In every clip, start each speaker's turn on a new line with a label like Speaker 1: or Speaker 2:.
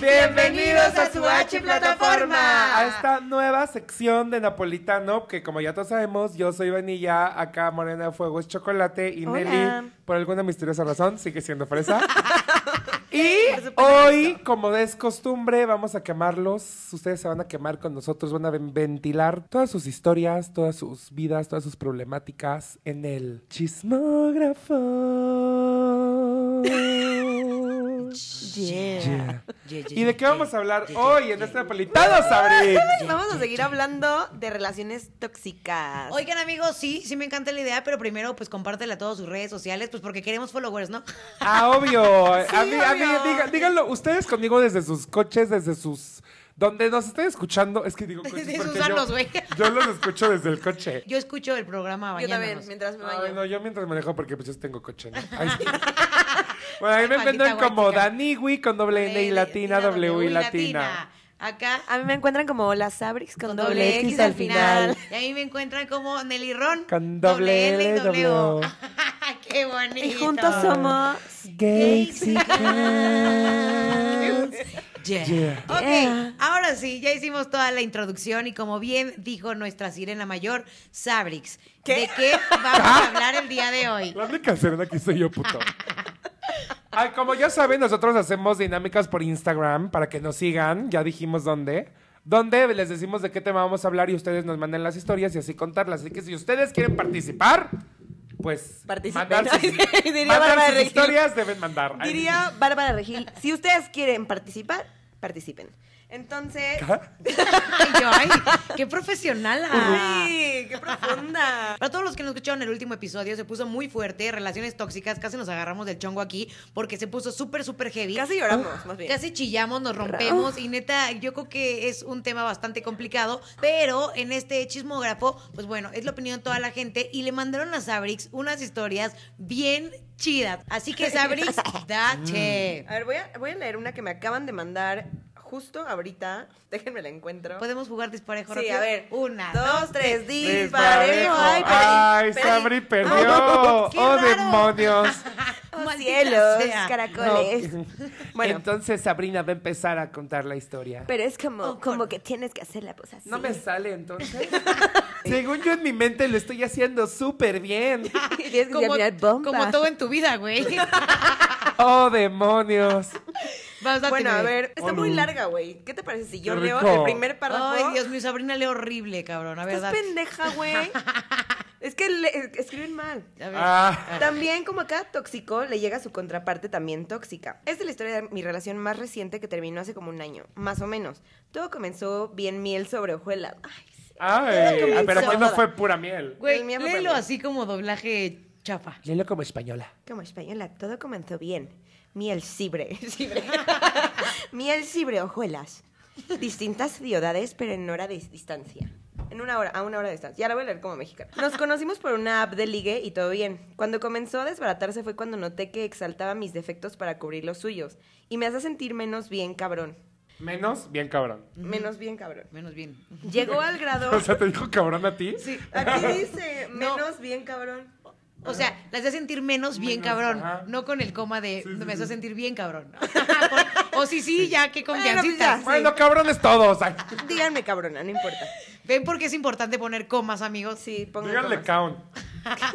Speaker 1: Bienvenidos a su H plataforma.
Speaker 2: A esta nueva sección de Napolitano, que como ya todos sabemos, yo soy vainilla, acá Morena de Fuego es chocolate y
Speaker 1: Hola.
Speaker 2: Nelly, por alguna misteriosa razón, sigue siendo fresa. Y hoy, como es costumbre, vamos a quemarlos. Ustedes se van a quemar con nosotros, van a ven- ventilar todas sus historias, todas sus vidas, todas sus problemáticas en el chismógrafo.
Speaker 1: Yeah.
Speaker 2: Yeah.
Speaker 3: Ye, ye,
Speaker 2: ¿Y
Speaker 3: ye,
Speaker 2: de qué
Speaker 3: ye.
Speaker 2: vamos a hablar hoy en este napolitano, Sabri?
Speaker 1: Vamos a seguir hablando de relaciones tóxicas.
Speaker 3: Oigan, amigos, sí, sí me encanta la idea, pero primero, pues compártela a todas sus redes sociales, pues porque queremos followers, ¿no?
Speaker 2: Ah, obvio. a mí, a mí,
Speaker 1: obvio.
Speaker 2: diga- díganlo ustedes conmigo desde sus coches, desde sus... Donde nos estén escuchando, es que digo coches
Speaker 3: Desde sus
Speaker 2: porque
Speaker 3: anos,
Speaker 2: yo,
Speaker 3: güey.
Speaker 2: yo los escucho desde el coche.
Speaker 3: Yo escucho el programa
Speaker 1: Yo
Speaker 3: bañándonos.
Speaker 1: también, mientras me
Speaker 2: Ay, no,
Speaker 1: baño.
Speaker 2: yo mientras manejo porque pues yo tengo coche. ¿no? Ay, sí. bueno, ahí me
Speaker 3: Maldita
Speaker 2: venden
Speaker 3: guay,
Speaker 2: como
Speaker 3: chica.
Speaker 2: Daniwi con doble N y latina, W y latina.
Speaker 3: Acá
Speaker 1: A mí me encuentran como las Sabrix con,
Speaker 3: con
Speaker 1: doble X, al final.
Speaker 3: Y ahí me encuentran como Nelly Ron.
Speaker 2: Con doble L y doble O.
Speaker 3: ¡Qué bonito!
Speaker 1: Y juntos somos.
Speaker 2: Gayxicans.
Speaker 3: Yeah.
Speaker 2: Yeah.
Speaker 3: Ok,
Speaker 1: Yeah.
Speaker 3: ahora sí, ya hicimos toda la introducción y como bien dijo nuestra sirena mayor, Sabrix, ¿de qué vamos a hablar el día de hoy?
Speaker 2: La única serena que soy yo, puto. Ay, como ya saben, nosotros hacemos dinámicas por Instagram para que nos sigan. Ya dijimos dónde. Donde les decimos de qué tema vamos a hablar y ustedes nos mandan las historias y así contarlas. Así que si ustedes quieren participar, pues
Speaker 1: Participen.
Speaker 2: mandar sus,
Speaker 1: Diría
Speaker 2: mandar
Speaker 1: Bárbara
Speaker 2: sus
Speaker 1: Regil.
Speaker 2: historias deben mandar. Ay,
Speaker 1: Diría Bárbara Regil, si ustedes quieren participar, participen. Entonces,
Speaker 3: Y yo, ay, qué profesional. ah.
Speaker 1: ¡ay! ¡Qué profunda!
Speaker 3: Para todos los que nos escucharon el último episodio, se puso muy fuerte, relaciones tóxicas, casi nos agarramos del chongo aquí porque se puso súper, súper heavy.
Speaker 1: Casi lloramos, más bien.
Speaker 3: Casi chillamos, nos rompemos y neta, yo creo que es un tema bastante complicado, pero en este chismógrafo, pues bueno, es la opinión de toda la gente y le mandaron a Sabrix unas historias bien chidas. Así que Sabrix, dache.
Speaker 1: A ver, voy a, voy a leer una que me acaban de mandar justo ahorita. Déjenme la encuentro.
Speaker 3: ¿Podemos jugar disparejo
Speaker 1: Sí,
Speaker 3: rápido?
Speaker 1: a ver.
Speaker 3: Una,
Speaker 1: dos,
Speaker 3: dos,
Speaker 1: tres, disparejo.
Speaker 2: Disparejo.
Speaker 1: Ay, perdí,
Speaker 2: Ay,
Speaker 1: perdí. Ah,
Speaker 2: Sabri perdió.
Speaker 1: qué
Speaker 2: Oh,
Speaker 1: raro.
Speaker 2: demonios.
Speaker 1: Oh,
Speaker 3: Maldita
Speaker 1: cielos,
Speaker 3: sea.
Speaker 1: caracoles.
Speaker 2: No.
Speaker 1: Bueno.
Speaker 2: Entonces Sabrina va a empezar a contar la historia.
Speaker 4: Pero es como,
Speaker 3: Oh,
Speaker 4: como
Speaker 3: por-
Speaker 4: que tienes que hacer la
Speaker 1: pues,
Speaker 4: pose así.
Speaker 2: No me sale entonces. Según yo en mi mente lo estoy haciendo súper bien.
Speaker 4: tienes que
Speaker 3: Como,
Speaker 4: llamar bomba.
Speaker 3: como todo en tu vida, güey.
Speaker 2: Oh, demonios.
Speaker 3: Vas a
Speaker 1: Bueno, a
Speaker 3: tener.
Speaker 1: ver, está
Speaker 2: Olu.
Speaker 1: muy larga, güey. ¿Qué te parece si yo
Speaker 2: Qué
Speaker 1: leo
Speaker 2: rico.
Speaker 1: el primer párrafo?
Speaker 3: Ay, Dios mío, Sabrina lee horrible, cabrón, la
Speaker 1: Estás
Speaker 3: verdad.
Speaker 1: pendeja, güey. es que le- es- escriben mal.
Speaker 3: A ver.
Speaker 2: Ah,
Speaker 1: También, como a cada tóxico, le llega su contraparte también tóxica. Esta es la historia de mi relación más reciente que terminó hace como un año, más o menos. Todo comenzó bien miel sobre hojuelas. Ay, sí.
Speaker 2: ay, ah,
Speaker 3: comenzó.
Speaker 2: pero aquí no fue pura miel.
Speaker 3: Güey,
Speaker 1: El mío fue
Speaker 3: léelo
Speaker 1: para mí.
Speaker 3: así como doblaje chafa.
Speaker 2: Léelo como española.
Speaker 1: Como española, todo comenzó bien. Miel cibre. Cibre. miel cibre, hojuelas. Distintas ciudades, pero en hora de distancia. En una hora, a una hora de distancia. Ya la voy a leer como mexicana. Nos conocimos por una app de ligue y todo bien. Cuando comenzó a desbaratarse fue cuando noté que exaltaba mis defectos para cubrir los suyos. Y me hace sentir menos bien cabrón.
Speaker 2: Menos, bien cabrón.
Speaker 1: Menos bien cabrón.
Speaker 3: Menos bien.
Speaker 1: Llegó al grado...
Speaker 2: O sea, ¿te dijo cabrón a ti?
Speaker 3: Sí.
Speaker 1: Aquí dice,
Speaker 3: No.
Speaker 1: menos bien cabrón.
Speaker 3: O sea, las hace sentir menos bien,
Speaker 2: Menos,
Speaker 3: cabrón.
Speaker 2: ajá.
Speaker 3: No con el coma de
Speaker 2: Sí, sí,
Speaker 3: me hace
Speaker 2: sí.
Speaker 3: sentir bien, cabrón. o sí, sí, ya, qué
Speaker 1: Bueno, pues
Speaker 3: confiancita.
Speaker 1: ya.
Speaker 2: Bueno, cabrones todos. Ay,
Speaker 1: Díganme cabrona, no importa.
Speaker 3: Ven porque es importante poner comas, amigos.
Speaker 1: Sí, pongan
Speaker 2: Díganle
Speaker 1: comas.
Speaker 2: count.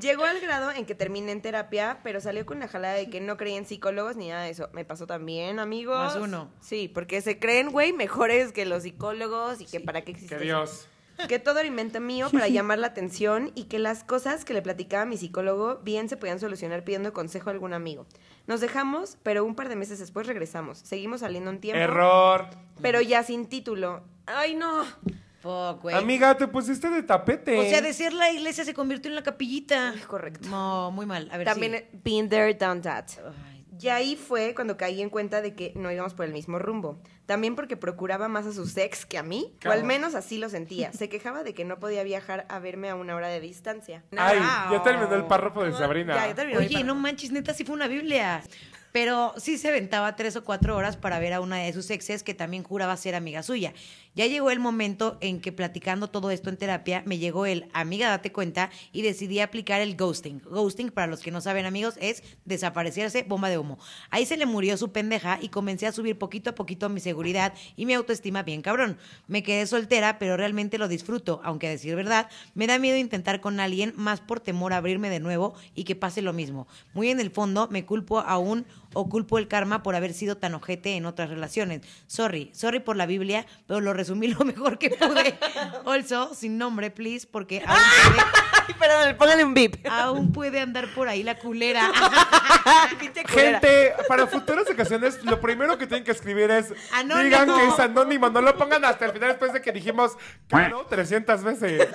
Speaker 1: Llegó al grado en que terminé en terapia, pero salió con la jalada de que no creía en psicólogos ni nada de eso. Me pasó también, amigos.
Speaker 3: Más uno.
Speaker 1: Sí, porque se creen, güey, mejores que los psicólogos y que para qué existe.
Speaker 2: Que
Speaker 1: eso.
Speaker 2: Dios.
Speaker 1: Que todo era invento mío para llamar la atención y que las cosas que le platicaba mi psicólogo bien se podían solucionar pidiendo consejo a algún amigo. Nos dejamos, pero un par de meses después regresamos. Seguimos saliendo un tiempo.
Speaker 2: Error.
Speaker 1: Pero ya sin título. Ay, no.
Speaker 3: Fuck, güey.
Speaker 2: Amiga, eh. te pusiste de tapete.
Speaker 3: O sea, de ser la iglesia se convirtió en la capillita.
Speaker 1: Es correcto.
Speaker 3: No, muy mal. A ver,
Speaker 1: También,
Speaker 3: sigue.
Speaker 1: eh, been there, done that.
Speaker 3: Ay,
Speaker 1: Y ahí fue cuando caí en cuenta de que no íbamos por el mismo rumbo. También porque procuraba más a su sex que a mí, o al
Speaker 2: Claro.
Speaker 1: menos así lo sentía. Se quejaba de que no podía viajar a verme a una hora de distancia.
Speaker 2: Ay,
Speaker 3: Wow.
Speaker 2: ya terminó el párrafo de Sabrina.
Speaker 1: Ya, ya terminó mi
Speaker 3: Oye, no manches, neta, sí fue una Biblia. Pero sí se aventaba tres o cuatro horas para ver a una de sus exes que también juraba ser amiga suya. Ya llegó el momento en que platicando todo esto en terapia, me llegó el amiga, date cuenta, y decidí aplicar el ghosting. Ghosting, para los que no saben, amigos, es desaparecerse, bomba de humo. Ahí se le murió su pendeja y comencé a subir poquito a poquito mi seguridad y mi autoestima bien cabrón. Me quedé soltera, pero realmente lo disfruto, aunque a decir verdad, me da miedo intentar con alguien más por temor a abrirme de nuevo y que pase lo mismo. Muy en el fondo, me culpo aún o culpo el karma por haber sido tan ojete en otras relaciones. Sorry, sorry por la Biblia, pero lo resumí lo mejor que pude. Also, sin nombre, please, porque aún puede,
Speaker 1: Ay, perdón, póngale un bip.
Speaker 3: aún puede andar por ahí la culera.
Speaker 1: Pinche culera.
Speaker 2: Gente, para futuras ocasiones, lo primero que tienen que escribir es
Speaker 3: Anónimo.
Speaker 2: digan que es anónimo, no lo pongan hasta el final después de que dijimos que no 300 veces.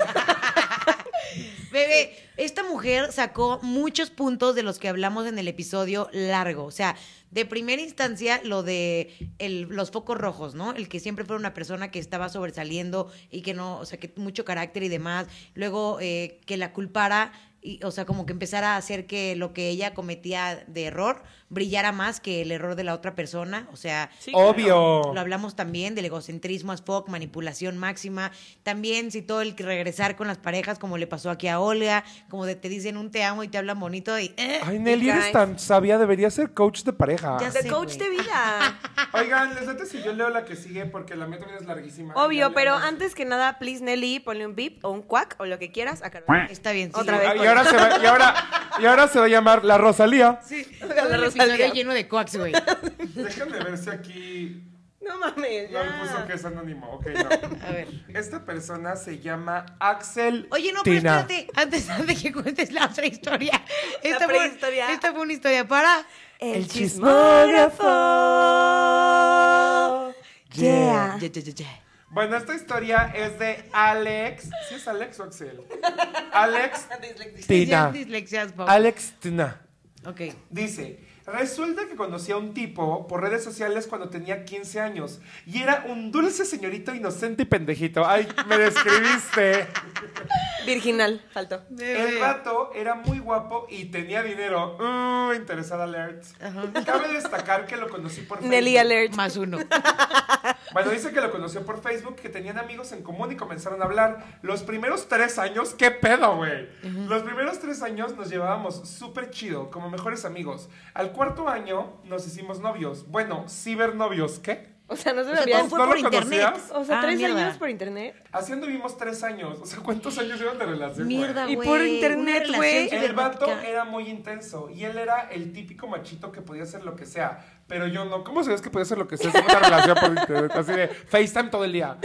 Speaker 3: Bebé, esta mujer sacó muchos puntos de los que hablamos en el episodio largo. O sea, de primera instancia, lo de el- los focos rojos, ¿no? El que siempre fue una persona que estaba sobresaliendo y que no, o sea, que mucho carácter y demás. Luego, eh, que la culpara. Y, o sea, como que empezara a hacer que lo que ella cometía de error brillara más que el error de la otra persona. O sea,
Speaker 2: Obvio.
Speaker 3: lo hablamos también del egocentrismo as fuck, manipulación máxima. También citó el regresar con las parejas, como le pasó aquí a Olga, como de te dicen un te amo y te hablan bonito y eh,
Speaker 2: Ay, Nelly, eres
Speaker 1: Guys.
Speaker 2: tan sabia, debería ser coach de pareja.
Speaker 3: Ya sé.
Speaker 1: De coach
Speaker 3: güey.
Speaker 1: de vida.
Speaker 2: Oigan, les date si yo leo la que sigue porque la mía también es larguísima.
Speaker 1: Obvio,
Speaker 2: Ya
Speaker 1: pero
Speaker 2: leemos.
Speaker 1: antes que nada, please, Nelly, ponle un bip o un cuac o lo que quieras a Carolina.
Speaker 3: está bien. sí.
Speaker 1: Otra vez.
Speaker 2: Ah, Y ahora, se va, y, ahora, y ahora se va a llamar la Rosalía.
Speaker 3: Sí,
Speaker 1: La
Speaker 3: todo el
Speaker 1: Rosalía.
Speaker 3: episodio lleno de coax, güey. A
Speaker 2: Déjenme ver si aquí
Speaker 1: No mames.
Speaker 2: no
Speaker 1: ya.
Speaker 2: me puso que es anónimo. Ok, no.
Speaker 3: ver.
Speaker 2: Esta persona se llama Axel.
Speaker 3: Oye, no, pero
Speaker 2: Tina.
Speaker 3: espérate, antes, antes de que cuentes la otra historia.
Speaker 1: La
Speaker 3: Esta, fue,
Speaker 1: prehistoria.
Speaker 3: esta fue una historia para...
Speaker 1: El chismógrafo.
Speaker 2: Yeah.
Speaker 1: Yeah.
Speaker 3: Ya, ya, ya, ya.
Speaker 2: Bueno, esta historia es de Alex. ¿Sí es Alex o Axel? Alex
Speaker 3: Ya
Speaker 2: Tina.
Speaker 3: dislexias, Pau.
Speaker 2: Alex Tina.
Speaker 3: Ok.
Speaker 2: Dice, resulta que conocí a un tipo por redes sociales cuando tenía 15 años y era un dulce señorito inocente y pendejito. Ay, me describiste.
Speaker 1: Virginal, faltó.
Speaker 3: Eh,
Speaker 2: El vato era muy guapo y tenía dinero. Uh, interesada alert. Cabe destacar que lo conocí por Facebook.
Speaker 1: Nelly alert.
Speaker 3: Más uno.
Speaker 2: Bueno, dice que lo conoció por Facebook, que tenían amigos en común y comenzaron a hablar. Los primeros tres años, ¿qué pedo, güey? Los primeros tres años nos llevábamos súper chido, como mejores amigos. Al cuarto año nos hicimos novios. Bueno, cibernovios, ¿qué?
Speaker 1: O sea, no se
Speaker 3: O
Speaker 1: me
Speaker 3: sea,
Speaker 1: había...
Speaker 3: todo fue
Speaker 2: ¿No
Speaker 3: por
Speaker 2: lo
Speaker 3: internet.
Speaker 2: conocías?
Speaker 1: O sea,
Speaker 3: Ah,
Speaker 1: tres
Speaker 3: mierda.
Speaker 1: años por internet.
Speaker 2: Así anduvimos tres años. O sea, ¿cuántos años llevan de relación, güey?
Speaker 3: Mierda,
Speaker 1: Y
Speaker 3: güey.
Speaker 1: por
Speaker 3: una
Speaker 1: internet,
Speaker 3: relación
Speaker 1: güey.
Speaker 3: súper
Speaker 2: El vato
Speaker 3: mágica.
Speaker 2: era muy intenso y él era el típico machito que podía hacer lo que sea, pero yo no. ¿Cómo sabías que podía hacer lo que sea? Es una relación por internet, así de FaceTime todo el día.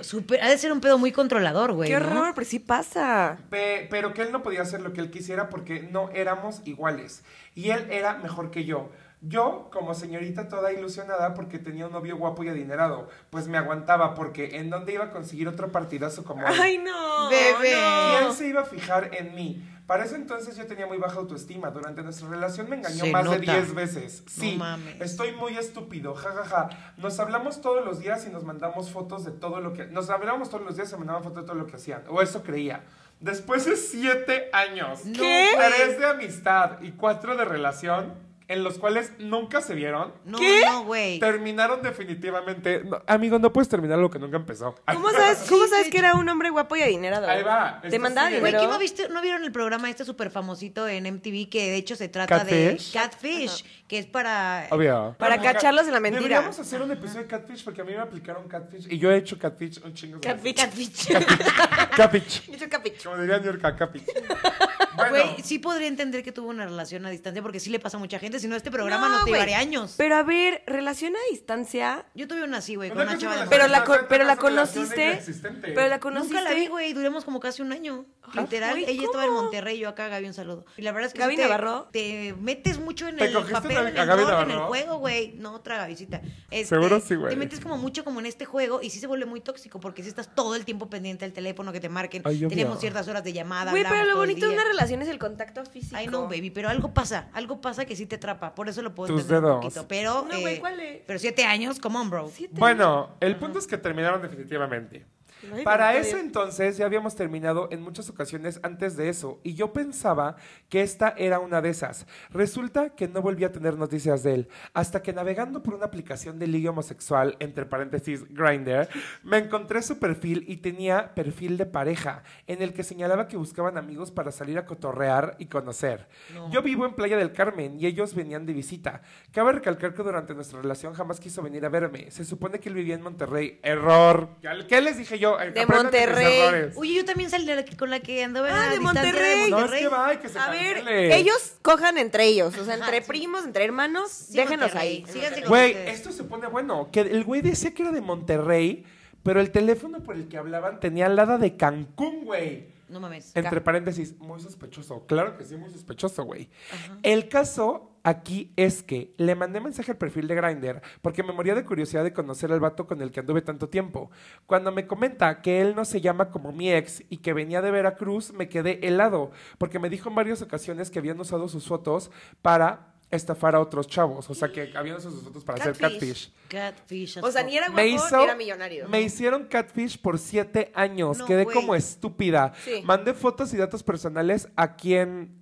Speaker 3: Súper- ha de ser un pedo muy controlador, güey.
Speaker 1: Qué
Speaker 3: ¿no?
Speaker 1: horror, pero sí pasa.
Speaker 2: Pe- pero que él no podía hacer lo que él quisiera porque no éramos iguales. Y él era mejor que yo. Yo, como señorita toda ilusionada porque tenía un novio guapo y adinerado, pues me aguantaba porque ¿en dónde iba a conseguir otro partidazo como él?
Speaker 1: Ay, no.
Speaker 3: Bebé.
Speaker 1: no.
Speaker 2: ¿Quién se iba a fijar en mí? Para ese entonces yo tenía muy baja autoestima. Durante nuestra relación me engañó
Speaker 3: Se
Speaker 2: más de
Speaker 3: nota.
Speaker 2: 10 veces. Sí,
Speaker 3: mames.
Speaker 2: estoy muy estúpido, jajaja. Nos hablamos todos los días y nos mandamos fotos de todo lo que... Nos hablábamos todos los días y se mandaban fotos de todo lo que hacían. O eso creía. Después de 7 años.
Speaker 1: ¿Qué?
Speaker 2: Tres de amistad y cuatro de relación, en los cuales nunca se vieron.
Speaker 3: No,
Speaker 1: ¿Qué?
Speaker 3: no, güey.
Speaker 2: Terminaron definitivamente. No, amigo, no puedes terminar lo que nunca empezó.
Speaker 1: ¿Cómo sabes, cómo
Speaker 3: Sí,
Speaker 1: sabes
Speaker 3: sí.
Speaker 1: que era un hombre guapo y adinerado?
Speaker 2: Ahí va,
Speaker 1: Te
Speaker 2: esto
Speaker 1: mandaba
Speaker 2: sigue.
Speaker 3: Güey,
Speaker 1: dinero.
Speaker 3: ¿quién no, viste- no vieron el programa este súper famosito en MTV que de hecho se trata
Speaker 2: Catfish.
Speaker 3: de Catfish, que es para...
Speaker 2: Obvio.
Speaker 1: Para
Speaker 2: Debería-
Speaker 1: cacharlos en la mentira.
Speaker 2: Deberíamos hacer un episodio de Catfish porque a mí me aplicaron Catfish y yo he hecho Catfish un chingo. de
Speaker 1: Catfish.
Speaker 3: Catfish.
Speaker 2: veces. Catfish.
Speaker 1: Yo soy capicho.
Speaker 2: Como diría New York, Catfish. Bueno,
Speaker 3: Güey, sí podría entender que tuvo una relación a distancia porque sí le pasa a mucha gente, si no este programa no, te
Speaker 1: güey.
Speaker 3: llevaría años.
Speaker 1: Pero a ver, relación a distancia.
Speaker 3: Yo tuve una así, güey, con
Speaker 2: Una
Speaker 3: una
Speaker 2: cosa
Speaker 3: chava
Speaker 2: es la
Speaker 3: de...
Speaker 1: Pero
Speaker 2: Pero
Speaker 1: la, co-
Speaker 2: entonces,
Speaker 1: pero la
Speaker 2: una relación
Speaker 1: conociste.
Speaker 2: inexistente.
Speaker 1: Pero la conociste.
Speaker 3: Nunca la vi, güey, duramos como casi un año. Literal,
Speaker 1: güey,
Speaker 3: ella estaba en
Speaker 1: ¿cómo?
Speaker 3: Monterrey, yo acá, Gaby, un saludo. Y la verdad es que
Speaker 1: Gaby
Speaker 3: sí te,
Speaker 1: Navarro.
Speaker 3: te metes mucho en
Speaker 2: ¿Te
Speaker 3: el
Speaker 2: cogiste
Speaker 3: papel,
Speaker 2: una-
Speaker 3: en
Speaker 2: a
Speaker 3: el,
Speaker 2: Gaby
Speaker 3: rol, en el
Speaker 2: Navarro?
Speaker 3: juego, güey. No, otra Gabycita. Este,
Speaker 2: Seguro sí, güey.
Speaker 3: Te metes como mucho como en este juego y sí se vuelve muy tóxico porque sí estás todo el tiempo pendiente del teléfono que te marquen.
Speaker 2: Ay, obvio.
Speaker 3: Tenemos ciertas horas de llamada,
Speaker 1: Güey,
Speaker 3: hablamos
Speaker 1: pero lo
Speaker 3: todo el
Speaker 1: bonito de
Speaker 3: día.
Speaker 1: una relación es el contacto físico.
Speaker 3: Ay, no, baby, pero algo pasa, algo pasa que sí te atrapa, por eso lo puedo
Speaker 2: Tus
Speaker 3: entender un
Speaker 2: dedos.
Speaker 3: poquito. Pero,
Speaker 1: No, güey,
Speaker 3: eh,
Speaker 1: ¿cuál es?
Speaker 3: pero siete años, come on, bro.
Speaker 1: Siete
Speaker 2: bueno, el punto es que terminaron definitivamente.
Speaker 1: Ay,
Speaker 2: Para
Speaker 1: bendito
Speaker 2: eso
Speaker 1: Dios.
Speaker 2: entonces ya habíamos terminado en muchas ocasiones antes de eso y yo pensaba que esta era una de esas. Resulta que no volví a tener noticias de él hasta que navegando por una aplicación de ligue homosexual, entre paréntesis Grindr, me encontré su perfil y tenía perfil de pareja en el que señalaba que buscaban amigos para salir a cotorrear y conocer. Yo vivo en Playa del Carmen y ellos venían de visita. Cabe recalcar que durante nuestra relación jamás quiso venir a verme. Se supone que él vivía en Monterrey. Error. ¿Qué les dije yo?
Speaker 1: De
Speaker 2: Aprendan mis
Speaker 1: Monterrey.
Speaker 2: errores.
Speaker 3: Oye, yo también salí de la que- con la que andaba
Speaker 1: Ah,
Speaker 3: a
Speaker 1: de
Speaker 3: distancia
Speaker 1: Monterrey.
Speaker 2: No, es que va, que se
Speaker 1: A ver,
Speaker 2: cancele.
Speaker 1: ellos cojan entre ellos, o sea, entre
Speaker 3: sí.
Speaker 1: primos, entre hermanos,
Speaker 3: Sí,
Speaker 1: déjenos
Speaker 3: Monterrey.
Speaker 1: ahí.
Speaker 3: Síganse con
Speaker 2: Güey,
Speaker 3: ustedes.
Speaker 2: esto se pone bueno. Que el güey decía que era de Monterrey, pero el teléfono por el que hablaban tenía lada de Cancún, güey.
Speaker 3: No mames.
Speaker 2: Entre paréntesis, muy sospechoso. Claro que sí, muy sospechoso, güey. El caso aquí es que le mandé mensaje al perfil de Grindr porque me moría de curiosidad de conocer al vato con el que anduve tanto tiempo. Cuando me comenta que él no se llama como mi ex y que venía de Veracruz, me quedé helado porque me dijo en varias ocasiones que habían usado sus fotos para estafar a otros chavos. O sea, que habían usado sus fotos para hacer
Speaker 1: Catfish.
Speaker 2: catfish.
Speaker 3: Catfish. as
Speaker 1: O sea,
Speaker 3: fuck.
Speaker 1: ni era guapo
Speaker 2: Me
Speaker 1: ni
Speaker 2: hizo-
Speaker 1: era millonario.
Speaker 2: Me hicieron catfish por siete años.
Speaker 3: No,
Speaker 2: Quedé
Speaker 3: güey.
Speaker 2: como estúpida.
Speaker 1: Sí.
Speaker 2: Mandé fotos y datos personales a quien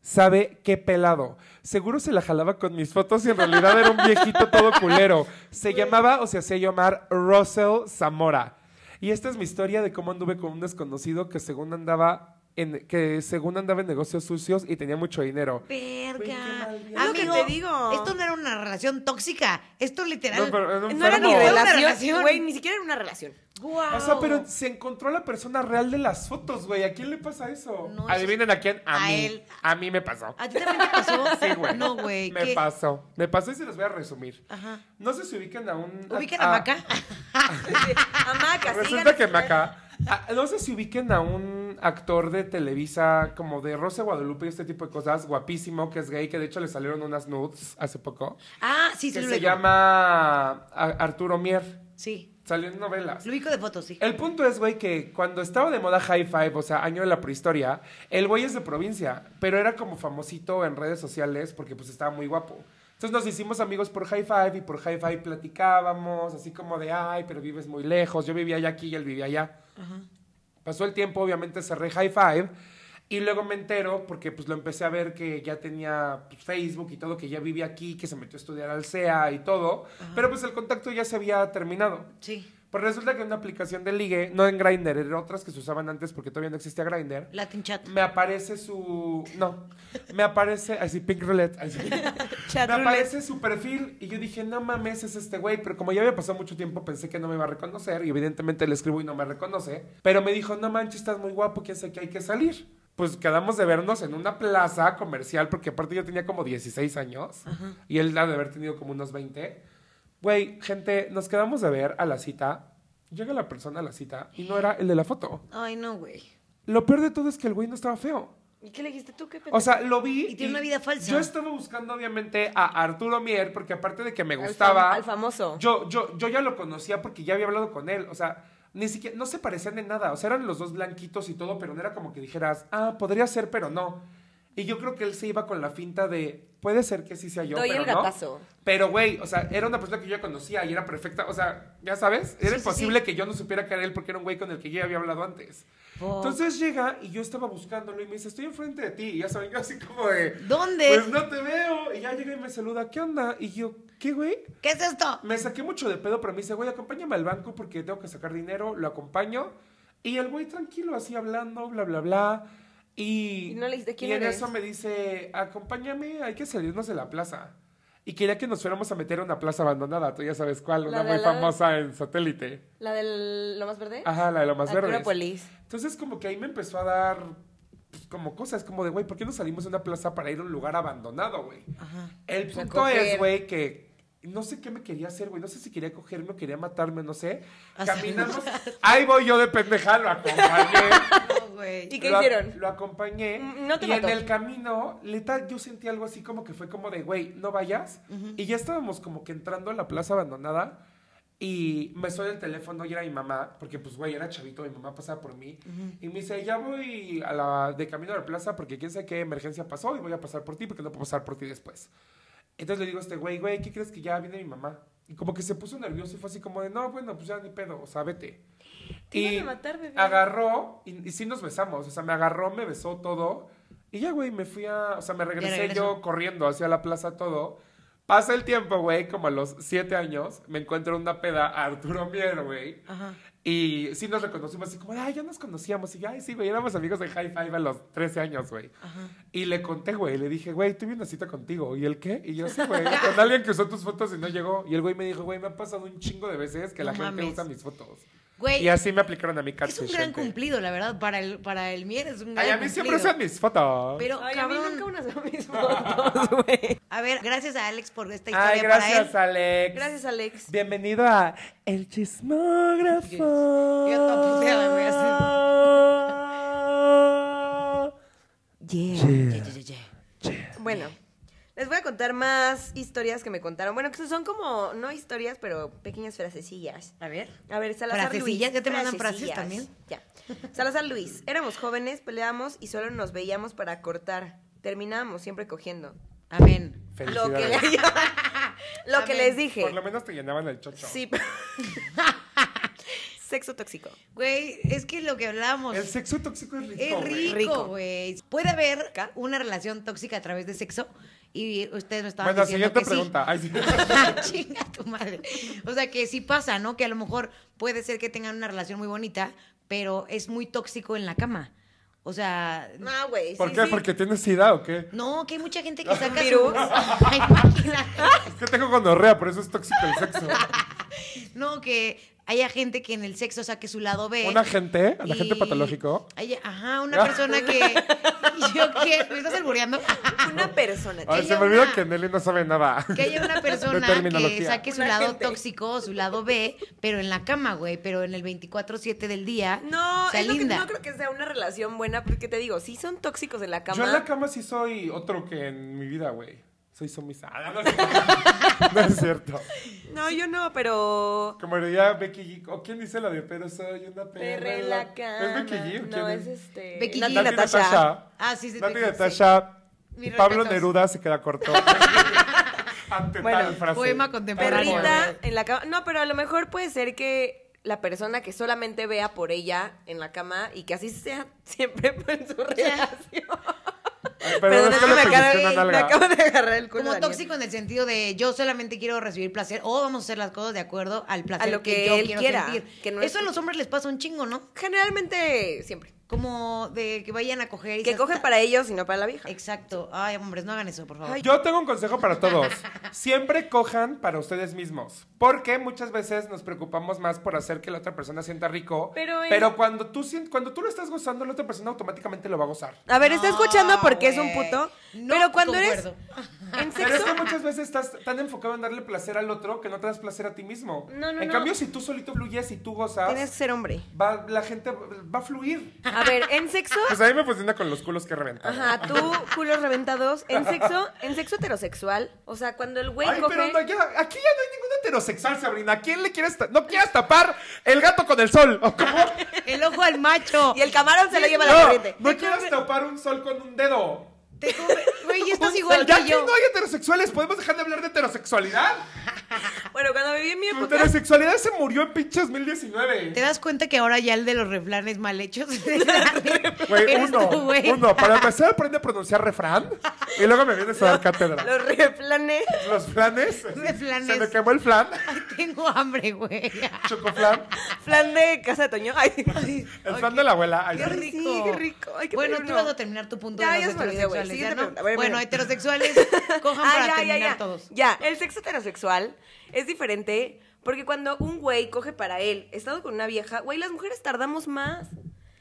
Speaker 2: sabe qué pelado. Seguro se la jalaba con mis fotos y en realidad era un viejito todo culero. Se llamaba o se hacía llamar Russell Zamora. Y esta es mi historia de cómo anduve con un desconocido que según andaba en, que según andaba en negocios sucios y tenía mucho dinero. Güey, qué
Speaker 3: Verga.
Speaker 2: mal viaje.
Speaker 1: Es lo que
Speaker 3: Amigo,
Speaker 1: te digo.
Speaker 3: Esto no era una relación tóxica. Esto literal.
Speaker 2: No, pero eh, era un
Speaker 1: No era ni
Speaker 2: enfermo.
Speaker 3: rela-
Speaker 1: relación,
Speaker 3: relación.
Speaker 1: güey, ni siquiera era una relación.
Speaker 3: Guau.
Speaker 2: O sea, pero se encontró la persona real de las fotos, güey. ¿A quién le pasa eso?
Speaker 3: No,
Speaker 2: Adivinen a quién. A,
Speaker 3: a
Speaker 2: mí.
Speaker 3: él.
Speaker 2: A mí me pasó.
Speaker 3: ¿A ti también te pasó?
Speaker 2: Sí, güey.
Speaker 3: No, güey.
Speaker 2: Me
Speaker 3: ¿qué?
Speaker 2: pasó. Me pasó y se los voy a resumir.
Speaker 3: Ajá.
Speaker 2: No sé si ubican a un.
Speaker 3: ¿Ubican a Maca?
Speaker 1: Amaca,
Speaker 2: Resulta que Maca. a- No sé si ubiquen a un actor de Televisa, como de Rosa Guadalupe y este tipo de cosas, guapísimo, que es gay, que de hecho le salieron unas nudes hace poco.
Speaker 3: Ah, sí, sí
Speaker 2: que
Speaker 3: lo
Speaker 2: se
Speaker 3: ubico.
Speaker 2: llama a- Arturo Mier.
Speaker 3: Sí.
Speaker 2: Salió en novelas.
Speaker 3: Lo ubico de fotos, sí.
Speaker 2: El punto es, güey, que cuando estaba de moda High Five, o sea, año de la prehistoria, el güey es de provincia, pero era como famosito en redes sociales porque pues estaba muy guapo. Entonces nos hicimos amigos por High Five y por High Five platicábamos, así como de, ay, pero vives muy lejos, yo vivía allá aquí y él vivía allá. Pasó el tiempo, obviamente cerré High Five y luego me entero porque pues lo empecé a ver que ya tenía pues, Facebook y todo, que ya vivía aquí, que se metió a estudiar al CEA y todo, pero pues el contacto ya se había terminado.
Speaker 3: Sí.
Speaker 2: Pues resulta que en una aplicación de ligue, no en Grindr, en otras que se usaban antes porque todavía no existía Grindr,
Speaker 3: Latin chat.
Speaker 2: me aparece su... No, me aparece... Así, Pink Roulette. así.
Speaker 1: Chat
Speaker 2: me
Speaker 1: roulette.
Speaker 2: aparece su perfil y yo dije, no mames, es este güey. Pero como ya había pasado mucho tiempo, pensé que no me iba a reconocer y evidentemente le escribo y no me reconoce. Pero me dijo, no manches, estás muy guapo, quién sé que hay que salir. Pues quedamos de vernos en una plaza comercial porque aparte yo tenía como 16 años y él ha de haber tenido como unos 20. Güey, gente, nos quedamos de ver a la cita. Llega la persona a la cita y no era el de la foto.
Speaker 3: Ay, no, güey.
Speaker 2: Lo peor de todo es que el güey no estaba feo.
Speaker 1: ¿Y qué le dijiste tú? ¿Qué
Speaker 2: O sea, lo vi.
Speaker 3: Y tiene una vida falsa.
Speaker 2: Yo estaba buscando, obviamente, a Arturo Mier, porque aparte de que me
Speaker 1: Al fam-
Speaker 2: gustaba.
Speaker 1: al famoso.
Speaker 2: Yo, yo, yo ya lo conocía porque ya había hablado con él. O sea, ni siquiera. No se parecían en nada. O sea, eran los dos blanquitos y todo, pero no era como que dijeras, ah, podría ser, pero no. Y yo creo que él se iba con la finta de. Puede ser que sí sea yo,
Speaker 1: Doy
Speaker 2: pero
Speaker 1: el
Speaker 2: no".
Speaker 1: gatazo.
Speaker 2: Pero, güey, o sea, era una persona que yo ya conocía y era perfecta. O sea, ya sabes, era
Speaker 3: Sí, sí,
Speaker 2: imposible
Speaker 3: sí.
Speaker 2: que yo no supiera que era él porque era un güey con el que yo ya había hablado antes.
Speaker 3: Fuck.
Speaker 2: Entonces llega y yo estaba buscándolo y me dice, estoy enfrente de ti. Y ya saben, yo así como de...
Speaker 3: ¿Dónde?
Speaker 2: Pues no te veo. Y ya llega y me saluda, ¿qué onda? Y yo, ¿qué güey?
Speaker 3: ¿Qué es esto?
Speaker 2: Me saqué mucho de pedo, pero me dice, güey, acompáñame al banco porque tengo que sacar dinero, lo acompaño. Y el güey tranquilo, así hablando, bla, bla, bla. Y,
Speaker 1: Y no le dijiste, "¿Quién
Speaker 2: y en
Speaker 1: eres?".
Speaker 2: eso me dice, acompáñame, hay que salirnos de la plaza. Y quería que nos fuéramos a meter a una plaza abandonada, tú ya sabes cuál,
Speaker 1: La
Speaker 2: una
Speaker 1: de
Speaker 2: muy
Speaker 1: la-
Speaker 2: famosa en satélite.
Speaker 1: ¿La del lo más verde?
Speaker 2: Ajá, la de lo más verde.
Speaker 1: Acrópolis.
Speaker 2: Entonces como que ahí me empezó a dar pues, como cosas, como de, güey, ¿por qué no salimos de una plaza para ir a un lugar abandonado, güey? El
Speaker 1: Pues a
Speaker 2: punto es,
Speaker 1: coger.
Speaker 2: güey, que no sé qué me quería hacer, güey, no sé si quería cogerme o quería matarme, no sé.
Speaker 3: Hasta-
Speaker 2: Caminamos, ahí voy yo de pendeja, lo acompañé.
Speaker 3: No, güey.
Speaker 1: ¿Y qué
Speaker 2: Lo ac-
Speaker 1: hicieron?
Speaker 2: Lo acompañé.
Speaker 1: Mm, no te
Speaker 2: y
Speaker 1: mató.
Speaker 2: en el camino, leta, yo sentí algo así como que fue como de, güey, no vayas. Y ya estábamos como que entrando a la plaza abandonada. Y me suena el teléfono y era mi mamá, porque pues, güey, era chavito, mi mamá pasaba por mí. Y me dice, ya voy a la, de camino a la plaza porque quién sabe qué emergencia pasó y voy a pasar por ti porque no puedo pasar por ti después. Entonces le digo a este güey, güey, ¿qué crees que ya viene mi mamá? Y como que se puso nervioso y fue así como de, no, bueno, pues ya ni pedo, o sea, vete.
Speaker 1: Te iban a matar, bebé.
Speaker 2: agarró, y, y sí nos besamos, o sea, me agarró, me besó todo, y ya, güey, me fui a, o sea, me regresé
Speaker 3: regreso.
Speaker 2: yo corriendo hacia la plaza todo. Pasa el tiempo, güey, como a los siete años, me encuentro en una peda a Arturo Mier, güey. Y sí nos reconocimos así como, ay, ya nos conocíamos. Y, ay, sí, güey, éramos amigos de High Five a los 13 años, güey. Y le conté, güey, le dije, güey, tuve una cita contigo. ¿Y el qué? Y yo, sí, güey, con alguien que usó tus fotos y no llegó. Y el güey me dijo, güey, me ha pasado un chingo de veces que la
Speaker 3: No
Speaker 2: gente
Speaker 3: mames.
Speaker 2: usa mis fotos.
Speaker 3: Güey,
Speaker 2: Y así me aplicaron a mi
Speaker 3: es
Speaker 2: catfish.
Speaker 3: un gran
Speaker 2: gente.
Speaker 3: cumplido, la verdad, para el, para el Mier es un gran
Speaker 2: Ay, a mí
Speaker 3: cumplido.
Speaker 2: siempre usan mis fotos.
Speaker 3: Pero,
Speaker 1: Ay,
Speaker 3: cabrón,
Speaker 1: a mí nunca unas a mis fotos, güey.
Speaker 3: a ver, gracias a Alex por esta historia
Speaker 2: Ay,
Speaker 3: para él.
Speaker 2: gracias, Alex.
Speaker 1: Gracias, Alex.
Speaker 2: Bienvenido a El Chismógrafo.
Speaker 3: Yo toda puteada, güey,
Speaker 1: Yeah.
Speaker 2: Yeah.
Speaker 3: Ye, ye, ye, ye.
Speaker 1: Bueno, les voy a contar más historias que me contaron. Bueno, que son como, no historias, pero pequeñas frasecillas.
Speaker 3: A ver.
Speaker 1: A ver, Salazar
Speaker 3: Frasecillas,
Speaker 1: Luis.
Speaker 3: ¿ya te mandan frases
Speaker 1: Frasecillas.
Speaker 3: también?
Speaker 1: Ya. Salazar Luis. Éramos jóvenes, peleábamos y solo nos veíamos para cortar. Terminábamos siempre cogiendo.
Speaker 3: Amén.
Speaker 1: Lo que,
Speaker 2: Felicidades.
Speaker 1: lo que
Speaker 3: Amén.
Speaker 1: les dije.
Speaker 2: Por lo menos te llenaban el chocho.
Speaker 1: Sí. Sexo tóxico.
Speaker 3: Güey, es que lo que hablábamos.
Speaker 2: El sexo tóxico es rico.
Speaker 3: Es
Speaker 2: güey.
Speaker 3: rico,
Speaker 1: Rico.
Speaker 3: güey. Puede haber una relación tóxica a través de sexo y ustedes no estaban
Speaker 2: Bueno,
Speaker 3: diciendo
Speaker 2: siguiente
Speaker 3: que
Speaker 2: pregunta. Ay, sí.
Speaker 3: sí. Chinga tu madre. O sea, que sí pasa, ¿no? Que a lo mejor puede ser que tengan una relación muy bonita, pero es muy tóxico en la cama. O sea,
Speaker 1: No, güey.
Speaker 2: ¿Por
Speaker 1: sí,
Speaker 2: qué?
Speaker 1: sí.
Speaker 2: ¿Porque tienes sida o qué?
Speaker 3: no, que hay mucha gente que saca
Speaker 1: virus?
Speaker 3: sus- Ay, imagínate.
Speaker 2: Es que tengo gonorrea, por eso es tóxico el sexo.
Speaker 3: No, que haya gente que en el sexo saque su lado B.
Speaker 2: ¿Un agente? ¿Un agente
Speaker 3: y-
Speaker 2: patológico? Ah.
Speaker 3: haya- ajá, una persona que. ¿Yo qué? ¿Me estás albureando?
Speaker 1: Una persona.
Speaker 2: Ay,
Speaker 3: Que
Speaker 2: se
Speaker 3: haya
Speaker 2: me olvida
Speaker 3: una-
Speaker 2: que Nelly no sabe nada.
Speaker 3: Que haya una
Speaker 2: De
Speaker 3: persona que
Speaker 2: terminología.
Speaker 3: saque su
Speaker 1: Una
Speaker 3: lado
Speaker 1: gente.
Speaker 3: tóxico, su lado B, pero en la cama, güey, pero en el 24-7 del día.
Speaker 1: No,
Speaker 3: sea
Speaker 1: es lo que-
Speaker 3: linda.
Speaker 1: no creo que sea una relación buena, porque te digo, sí son tóxicos en la cama.
Speaker 2: Yo en la cama sí soy otro que en mi vida, güey. Soy sumisa. Ah, No, no es cierto. No es cierto.
Speaker 1: No, yo no, pero.
Speaker 2: Como diría Becky G. ¿O quién dice la de pero soy una perra?
Speaker 1: Perre la cama.
Speaker 2: ¿Es Becky G? o quién
Speaker 1: No, es este.
Speaker 3: Becky G.
Speaker 1: Nati
Speaker 2: Nati
Speaker 1: Natasha.
Speaker 2: Natasha.
Speaker 3: Ah, sí, sí,
Speaker 2: Nati
Speaker 3: sí, sí.
Speaker 2: Natasha.
Speaker 3: Mis
Speaker 2: Pablo
Speaker 3: respetos.
Speaker 2: Neruda se queda corto. Ante
Speaker 1: Bueno,
Speaker 2: tal frase.
Speaker 3: Poema contemporáneo.
Speaker 1: Perrita en la cama. No, pero a lo mejor puede ser que la persona que solamente vea por ella en la cama y que así sea siempre en su relación.
Speaker 2: Ay, Perdón,
Speaker 1: Perdón,
Speaker 2: es
Speaker 1: es
Speaker 2: que
Speaker 1: que
Speaker 2: le
Speaker 1: me,
Speaker 2: pellizqué
Speaker 1: acabo,
Speaker 2: una
Speaker 1: de- me
Speaker 2: nalga.
Speaker 1: acabo de agarrar el culo.
Speaker 3: Como
Speaker 1: Daniel.
Speaker 3: tóxico en el sentido de yo solamente quiero recibir placer o vamos a hacer las cosas de acuerdo al placer
Speaker 1: A lo que
Speaker 3: yo
Speaker 1: él
Speaker 3: quiero
Speaker 1: quiera,
Speaker 3: sentir.
Speaker 1: que no
Speaker 3: Eso a
Speaker 1: es-
Speaker 3: los hombres les pasa un chingo, ¿no?
Speaker 1: Generalmente siempre.
Speaker 3: Como de que vayan a coger y
Speaker 1: Que
Speaker 3: se-
Speaker 1: coge para ellos y no para la vieja.
Speaker 3: Exacto. Ay, hombres, no hagan eso, por favor.
Speaker 1: Ay,
Speaker 2: Yo tengo un consejo para todos. Siempre cojan para ustedes mismos. Porque muchas veces nos preocupamos más por hacer que la otra persona sienta rico.
Speaker 1: Pero el-
Speaker 2: cuando, tú, sien- cuando tú lo estás gozando, la otra persona automáticamente lo va a gozar.
Speaker 1: A ver, está
Speaker 3: No,
Speaker 1: escuchando porque es un
Speaker 3: Ah, güey.
Speaker 1: puto.
Speaker 3: No
Speaker 1: pero cuando
Speaker 3: concuerdo.
Speaker 1: eres en
Speaker 2: Pero es
Speaker 1: sexo.
Speaker 2: que muchas veces estás tan enfocado en darle placer al otro que no te das placer a ti mismo.
Speaker 1: No, no,
Speaker 2: en
Speaker 1: no.
Speaker 2: cambio, si tú solito fluyes y tú gozas,
Speaker 1: Tienes que ser hombre.
Speaker 2: va, la gente va a fluir.
Speaker 1: A ver, en sexo.
Speaker 2: Pues a mí me fascina con los culos que reventan.
Speaker 1: Ajá, tú, culos reventados. En sexo, en sexo heterosexual. O sea, cuando el güey
Speaker 2: Ay,
Speaker 1: coge.
Speaker 2: pero no, ya- aquí ya no hay ningún heterosexual, Sabrina. ¿A quién le quieres ta- no quieres tapar el gato con el sol? ¿O cómo?
Speaker 3: El ojo al macho.
Speaker 1: Y el camarón se lo lleva a la
Speaker 2: No,
Speaker 1: corriente.
Speaker 2: no quieras tapar un sol con un dedo.
Speaker 3: Te come- Güey, esto es
Speaker 2: Un
Speaker 3: igual
Speaker 2: sol. ya
Speaker 3: que yo.
Speaker 2: no hay heterosexuales, podemos dejar de hablar de heterosexualidad.
Speaker 1: Bueno, cuando viví en mi
Speaker 2: Tu
Speaker 1: época.
Speaker 2: heterosexualidad se murió en pinche
Speaker 3: ¿Te
Speaker 2: 2019.
Speaker 3: das cuenta que ahora ya el de los reflanes mal hechos?
Speaker 2: Güey,
Speaker 3: Eres
Speaker 2: uno,
Speaker 3: tú, güey.
Speaker 2: uno, para empezar aprende a pronunciar refrán y luego me vienes a dar cátedra.
Speaker 1: Los replanes.
Speaker 2: Los flanes.
Speaker 3: Reflanes.
Speaker 2: Se me quemó el flan,
Speaker 3: Tengo hambre, güey.
Speaker 2: chocoflan.
Speaker 1: Plan de casa de Toño. Ay, sí.
Speaker 2: El flan de la abuela. Ay,
Speaker 1: Qué
Speaker 2: sí.
Speaker 1: rico. Sí, qué rico. Ay, qué
Speaker 3: bueno,
Speaker 1: bueno.
Speaker 3: tú vas a terminar tu punto
Speaker 1: Ya,
Speaker 3: de
Speaker 1: ya
Speaker 3: los
Speaker 1: se me olvidó, güey.
Speaker 3: heterosexuales,
Speaker 1: Siguiente
Speaker 3: ¿ya no?
Speaker 1: pregunta. A ver,
Speaker 3: bueno,
Speaker 1: mira.
Speaker 3: heterosexuales, cojan
Speaker 1: Ah, ya,
Speaker 3: para
Speaker 1: ya,
Speaker 3: terminar
Speaker 1: ya.
Speaker 3: todos.
Speaker 1: Ya, el sexo heterosexual es diferente porque cuando un güey coge para él, estado con una vieja, güey, las mujeres tardamos más.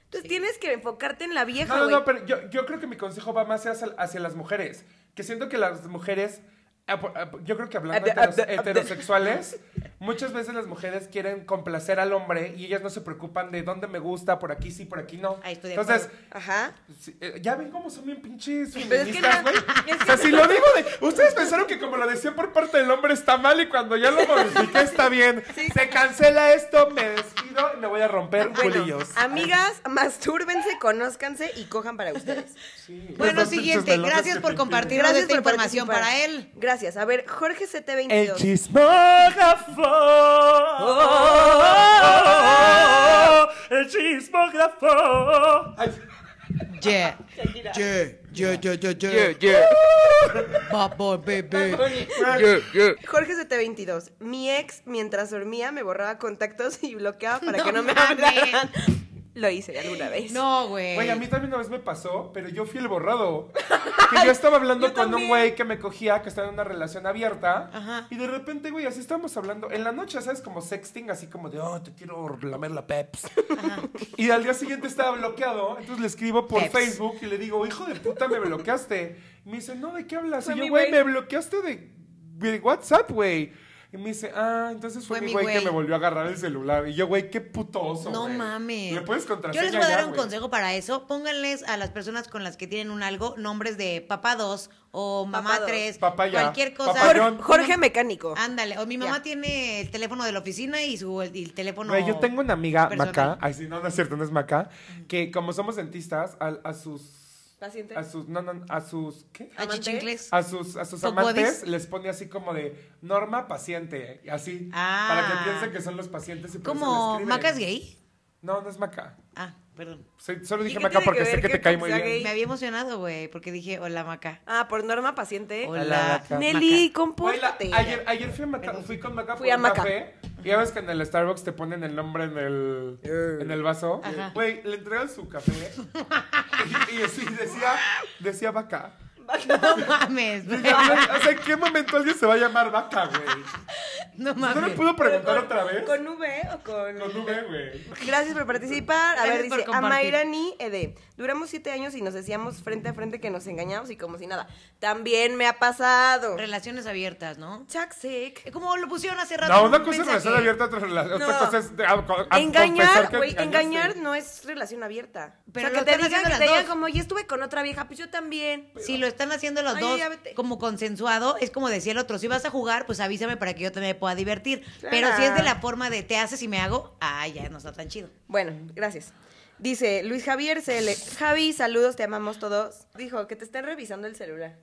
Speaker 1: Entonces tienes que enfocarte en la vieja,
Speaker 2: No, no,
Speaker 1: güey.
Speaker 2: no, pero yo, yo creo que mi consejo va más hacia, hacia las mujeres. Que siento que las mujeres, ah, por- ah, por- yo creo que hablando de
Speaker 1: Abde- abde-
Speaker 2: heteros- heterosexuales, muchas veces las mujeres quieren complacer al hombre y ellas no se preocupan de dónde me gusta, por aquí sí, por aquí no.
Speaker 3: Ahí estoy de
Speaker 2: Entonces,
Speaker 1: Ajá.
Speaker 2: sí, eh, ya ven cómo son bien pinches
Speaker 1: Pero es que
Speaker 2: feministas,
Speaker 1: no-
Speaker 2: güey.
Speaker 1: es que
Speaker 2: O sea,
Speaker 1: no-
Speaker 2: si lo digo de... Ustedes pensaron que como lo decía por parte del hombre está mal y cuando ya lo modifiqué está bien. Se cancela esto, me despido y me voy a romper
Speaker 1: Bueno,
Speaker 2: culillos.
Speaker 1: amigas, mastúrbense, conózcanse y cojan para ustedes.
Speaker 2: Sí.
Speaker 3: Bueno,
Speaker 2: Esos pinches
Speaker 3: siguiente.
Speaker 2: melones
Speaker 3: Gracias
Speaker 2: que
Speaker 3: por
Speaker 2: te-
Speaker 3: compartir esta
Speaker 1: Gracias por
Speaker 3: información
Speaker 1: participar.
Speaker 3: para él.
Speaker 1: Gracias. A ver, Jorge
Speaker 2: El
Speaker 1: CT22.
Speaker 2: chismógrafo. El chismógrafo.
Speaker 3: Yeah. Yeah, yeah, yeah, yeah, yeah. Bad boy, baby.
Speaker 1: Jorge CT22. Mi ex, mientras dormía, me borraba contactos y bloqueaba para
Speaker 3: No
Speaker 1: que no me
Speaker 3: mames.
Speaker 1: hablaran. Lo hice alguna vez.
Speaker 3: No,
Speaker 2: Güey, a mí
Speaker 3: güey.
Speaker 2: también una vez me pasó, pero yo fui el borrado. Que yo estaba hablando
Speaker 1: Yo
Speaker 2: con
Speaker 1: también.
Speaker 2: un güey que me cogía, que estaba en una relación abierta.
Speaker 3: Ajá.
Speaker 2: Y de repente, güey, así estábamos hablando. En la noche, ¿sabes? Como sexting, así como de, oh, te quiero lamer la peps. Y al día siguiente estaba bloqueado. Entonces le escribo por
Speaker 3: Peps.
Speaker 2: Facebook y le digo, hijo de puta, me bloqueaste. Y me dice, no, ¿de qué hablas?
Speaker 1: Fue
Speaker 2: y
Speaker 1: mi
Speaker 2: yo, güey,
Speaker 1: güey.
Speaker 2: me bloqueaste de, de WhatsApp, güey. Y me dice, ah, entonces fue, mi güey que me volvió a agarrar el celular. Y yo, güey, qué puto oso,
Speaker 3: No
Speaker 2: güey.
Speaker 3: mames.
Speaker 2: ¿Me puedes
Speaker 3: Yo
Speaker 2: contraseña
Speaker 3: les voy a
Speaker 2: ya,
Speaker 3: dar un
Speaker 2: güey?
Speaker 3: consejo para eso. Pónganles a las personas con las que tienen un algo nombres de papá 2 o mamá
Speaker 1: Papá dos.
Speaker 3: 3.
Speaker 2: Papaya.
Speaker 3: Cualquier cosa.
Speaker 2: Papayón.
Speaker 1: Jor- Jorge Mecánico.
Speaker 3: Ándale. O mi mamá tiene el teléfono de la oficina y su el, el teléfono.
Speaker 2: Güey, yo tengo una amiga,
Speaker 3: personal.
Speaker 2: Maca, ay, sí, no, no es cierto, no es Maca, que como somos dentistas, a, a sus,
Speaker 1: Paciente.
Speaker 2: a sus, no, no, a sus, ¿qué?
Speaker 3: A chichincles.
Speaker 2: A sus, a sus
Speaker 3: Fuck
Speaker 2: amantes
Speaker 3: buddies.
Speaker 2: les pone así como de norma paciente, así,
Speaker 3: Ah.
Speaker 2: para que piensen que son los pacientes y por eso Ah, le
Speaker 3: ¿Cómo?
Speaker 2: escriben.
Speaker 3: ¿Macas gay?
Speaker 2: No, no es Maca.
Speaker 3: Ah, perdón.
Speaker 2: Sí, solo
Speaker 1: ¿Y
Speaker 2: dije
Speaker 1: qué
Speaker 2: Maca
Speaker 1: tiene
Speaker 2: porque
Speaker 1: que
Speaker 2: sé
Speaker 1: ver
Speaker 2: que
Speaker 1: que
Speaker 2: te cae muy
Speaker 1: sea
Speaker 2: bien.
Speaker 1: gay?
Speaker 3: Me había emocionado, güey, porque dije, hola, Maca.
Speaker 1: Ah, por norma paciente.
Speaker 3: Hola.
Speaker 2: Maca.
Speaker 1: Nelly,
Speaker 2: Güey, la-
Speaker 1: compórtate.
Speaker 2: ayer, ayer fui, a Maca- fui con Maca
Speaker 1: Fui
Speaker 2: por
Speaker 1: a
Speaker 2: un
Speaker 1: Maca.
Speaker 2: café. Y ya ves que en el Starbucks te ponen el nombre en el, en el vaso.
Speaker 3: Ajá.
Speaker 2: Güey, le entregan su café. y, y así decía, decía vaca.
Speaker 3: No mames,
Speaker 2: Y
Speaker 3: güey.
Speaker 2: yo, O sea, ¿en qué momento alguien se va a llamar vaca, güey?
Speaker 3: No
Speaker 2: ¿No le
Speaker 3: mames.
Speaker 2: pudo
Speaker 1: Pero
Speaker 2: preguntar
Speaker 1: con-
Speaker 2: otra vez?
Speaker 1: ¿Con V o con.?
Speaker 2: Con V, güey.
Speaker 1: Gracias por participar. A
Speaker 3: Gracias
Speaker 1: ver,
Speaker 3: por
Speaker 1: dice
Speaker 3: compartir.
Speaker 1: Amairani Ede. Duramos siete años y nos decíamos frente a frente que nos engañamos y como si nada. También me ha pasado.
Speaker 3: Relaciones abiertas, ¿no?
Speaker 1: Chuck sick.
Speaker 3: Como lo pusieron hace rato.
Speaker 2: No,
Speaker 3: en
Speaker 2: una
Speaker 3: un
Speaker 2: cosa es
Speaker 3: mensaje.
Speaker 2: relación abierta, otra, rela- otra
Speaker 1: No.
Speaker 2: cosa es de- a- a- a Ah, confesar
Speaker 1: Engañar,
Speaker 2: que
Speaker 1: güey,
Speaker 2: engañaste.
Speaker 1: engañar no es relación abierta.
Speaker 3: Pero
Speaker 1: o
Speaker 3: lo
Speaker 1: sea, que te
Speaker 3: están
Speaker 1: digan
Speaker 3: haciendo
Speaker 1: que
Speaker 3: las
Speaker 1: te digan
Speaker 3: dos.
Speaker 1: como, yo estuve con otra vieja, pues yo también.
Speaker 3: Si lo están haciendo los
Speaker 1: Ay,
Speaker 3: dos
Speaker 1: ya vete.
Speaker 3: como consensuado, es como decía el otro, si vas a jugar, pues avísame para que yo también me pueda divertir.
Speaker 1: Claro.
Speaker 3: Pero si es de la forma de te haces y me hago, ah, ya no está tan chido.
Speaker 1: Bueno, gracias. Dice Luis Javier CL. Javi, saludos, te amamos todos. Dijo que te estén revisando el celular.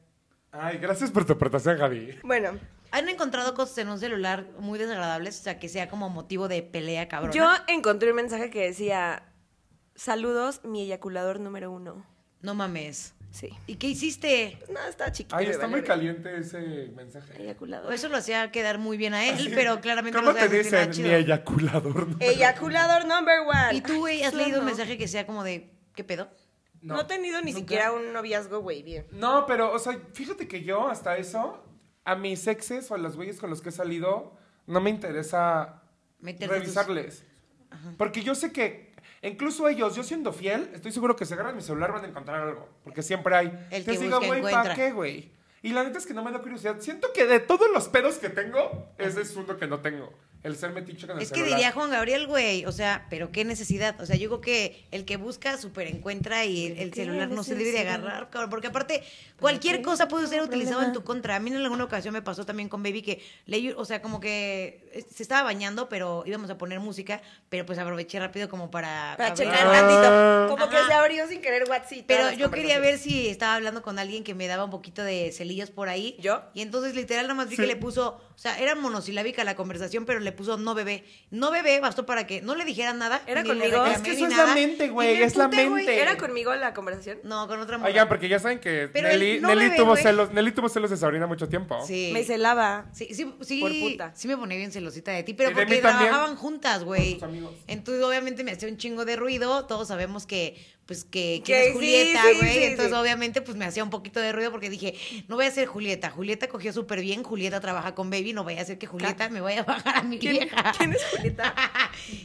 Speaker 2: Ay, gracias por tu aportación, Javi.
Speaker 1: Bueno,
Speaker 3: ¿Han encontrado cosas en un celular muy desagradables? O sea, que sea como motivo de pelea, cabrón.
Speaker 1: yo encontré un mensaje que decía, saludos, mi eyaculador número uno.
Speaker 3: No mames.
Speaker 1: Sí.
Speaker 3: ¿Y qué hiciste?
Speaker 1: No, Pues está chiquito.
Speaker 2: Ay,
Speaker 1: me
Speaker 2: está
Speaker 1: vale
Speaker 2: muy
Speaker 1: verga.
Speaker 2: caliente ese mensaje.
Speaker 1: Eyaculador.
Speaker 3: Eso lo hacía quedar muy bien a él, pero claramente
Speaker 2: ¿Cómo
Speaker 3: no
Speaker 2: te
Speaker 3: se hace nada
Speaker 2: dicen? Mi
Speaker 3: chido.
Speaker 2: eyaculador. ¿no?
Speaker 1: Eyaculador number one.
Speaker 3: ¿Y tú, güey, has
Speaker 1: Ay,
Speaker 3: leído un
Speaker 1: no.
Speaker 3: mensaje que sea como de, ¿qué pedo?
Speaker 1: No, he tenido ni siquiera un noviazgo, güey, bien.
Speaker 2: No, pero, o sea, fíjate que yo hasta eso, a mis exes o a los güeyes con los que he salido, no me interesa
Speaker 3: Meterte tus-
Speaker 2: revisarles. Porque yo sé que, incluso ellos, yo siendo fiel, estoy seguro que si agarran mi celular van a encontrar algo. Porque siempre hay.
Speaker 3: El que
Speaker 2: Entonces digo,
Speaker 3: busca,
Speaker 2: güey, ¿para
Speaker 3: encuentra".
Speaker 2: qué, güey? Y la neta es que no me da curiosidad. Siento que de todos los pedos que tengo, ese es uno que no tengo. El ser metiche con el
Speaker 3: Es que
Speaker 2: celular.
Speaker 3: diría Juan Gabriel, güey, o sea, pero qué necesidad. O sea, yo creo que el que busca super encuentra y el, el
Speaker 1: qué
Speaker 3: celular no se debe de
Speaker 1: necesidad.
Speaker 3: agarrar, cabrón, porque aparte cualquier cosa puede ser utilizado en tu contra. A mí en alguna ocasión me pasó también con Baby que leí, o sea, como que eh, se estaba bañando, pero íbamos a poner música, pero pues aproveché rápido como para
Speaker 1: Para
Speaker 3: abrir-
Speaker 1: checar
Speaker 2: Ah.
Speaker 1: tantito. Como que
Speaker 3: Ajá.
Speaker 1: se abrió sin querer WhatsApp.
Speaker 3: Pero yo quería ver si estaba hablando con alguien que me daba un poquito de celillos por ahí.
Speaker 1: ¿Yo?
Speaker 3: Y entonces literal nada más vi
Speaker 2: Sí.
Speaker 3: que le puso, o sea, era monosilábica la conversación, pero le puso no bebé. No bebé bastó para que no le dijera nada.
Speaker 1: Era
Speaker 3: ni le
Speaker 1: conmigo.
Speaker 3: reclamé
Speaker 2: Es que
Speaker 3: ni
Speaker 2: eso es
Speaker 3: nada.
Speaker 2: la mente, güey. Es la mente.
Speaker 1: ¿Era conmigo la conversación?
Speaker 3: No, con otra mujer.
Speaker 2: Oigan, porque ya saben que
Speaker 3: Pero
Speaker 2: Nelly,
Speaker 3: el no
Speaker 2: Nelly
Speaker 3: bebé,
Speaker 2: tuvo
Speaker 3: güey.
Speaker 2: celos, Nelly tuvo celos de Sabrina mucho tiempo.
Speaker 3: Sí.
Speaker 1: Me celaba.
Speaker 3: Sí, sí, sí,
Speaker 1: Por puta.
Speaker 3: sí me ponía bien celosita de ti, pero
Speaker 2: Y de mí
Speaker 3: porque
Speaker 2: también.
Speaker 3: trabajaban juntas, güey.
Speaker 2: tus amigos.
Speaker 3: Entonces, obviamente, me hacía un chingo de ruido. Todos sabemos que, pues, que, quién
Speaker 1: Que
Speaker 3: es
Speaker 1: sí,
Speaker 3: Julieta,
Speaker 1: sí,
Speaker 3: güey.
Speaker 1: sí,
Speaker 3: Entonces,
Speaker 1: sí.
Speaker 3: obviamente, pues, me hacía un poquito de ruido porque dije, no voy a ser Julieta. Julieta cogió súper bien, Julieta trabaja con Baby, no vaya a ser que Julieta me vaya a bajar a mi
Speaker 1: ¿Quién,
Speaker 3: vieja.
Speaker 1: quién es Julieta?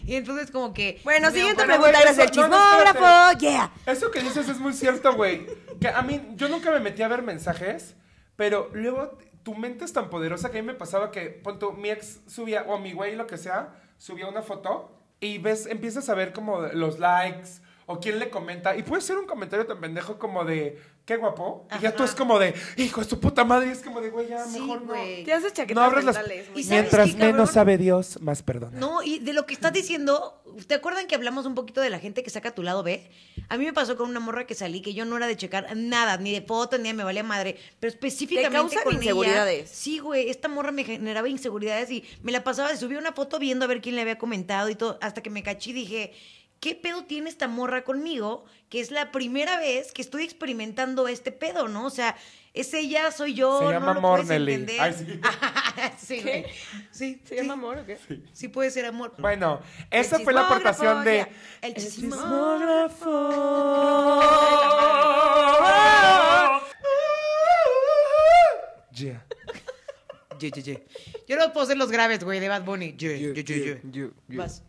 Speaker 3: y entonces, como que...
Speaker 1: Bueno,
Speaker 3: me
Speaker 1: siguiente
Speaker 3: ocurre-
Speaker 2: pero
Speaker 1: pregunta.
Speaker 2: güey,
Speaker 1: Eres el
Speaker 2: eso- no, no, espérate.
Speaker 1: chismógrafo. yeah.
Speaker 2: Eso que dices es muy cierto, güey. Que a mí, yo nunca me metí a ver mensajes, pero luego t- tu mente es tan poderosa que a mí me pasaba que, pon tú, mi ex subía, o mi güey, lo que sea, subía una foto y ves, empiezas a ver como los likes o quién le comenta. Y puede ser un comentario tan pendejo como de, qué guapo. Y ya tú es como de, hijo de su puta madre. Y es como de, güey, ya
Speaker 3: Sí,
Speaker 2: mejor no.
Speaker 3: güey.
Speaker 1: Te haces chaquetas
Speaker 2: No abres las...
Speaker 1: mentales. muy
Speaker 3: ¿Y
Speaker 1: cabrón.
Speaker 3: sabes
Speaker 2: Mientras
Speaker 3: qué, cabrón?
Speaker 2: menos sabe Dios, más perdona.
Speaker 3: No, y de lo que estás diciendo, ¿Te acuerdan que hablamos un poquito de la gente que saca tu lado B? A mí me pasó con una morra que salí que yo no era de checar nada, ni de foto, ni de me valía madre, pero específicamente
Speaker 1: causan
Speaker 3: con
Speaker 1: inseguridades.
Speaker 3: Ella, sí, güey, esta morra me generaba inseguridades y me la pasaba de subir una foto viendo a ver quién le había comentado y todo, hasta que me caché y dije, ¿qué pedo tiene esta morra conmigo? Que es la primera vez que estoy experimentando este pedo, ¿no? O sea, es ella, soy yo,
Speaker 2: Se
Speaker 3: no
Speaker 2: llama
Speaker 3: lo puedes
Speaker 2: Mornelly.
Speaker 3: entender.
Speaker 2: Ay, sí.
Speaker 3: sí, güey. sí,
Speaker 1: ¿Se
Speaker 3: sí.
Speaker 1: llama amor o qué?
Speaker 3: Sí puede ser amor.
Speaker 2: Bueno, esa fue la
Speaker 3: chismógrafo,
Speaker 2: aportación de...
Speaker 3: ya. El chismógrafo.
Speaker 2: Chismógrafo. Yeah.
Speaker 3: Ye, ye, ye. Yo no puedo hacer los graves, güey, de Bad Bunny. Ye,
Speaker 2: Ye,
Speaker 3: ye, ye,
Speaker 2: ye,
Speaker 3: ye.
Speaker 2: ye, ye.
Speaker 3: Vas.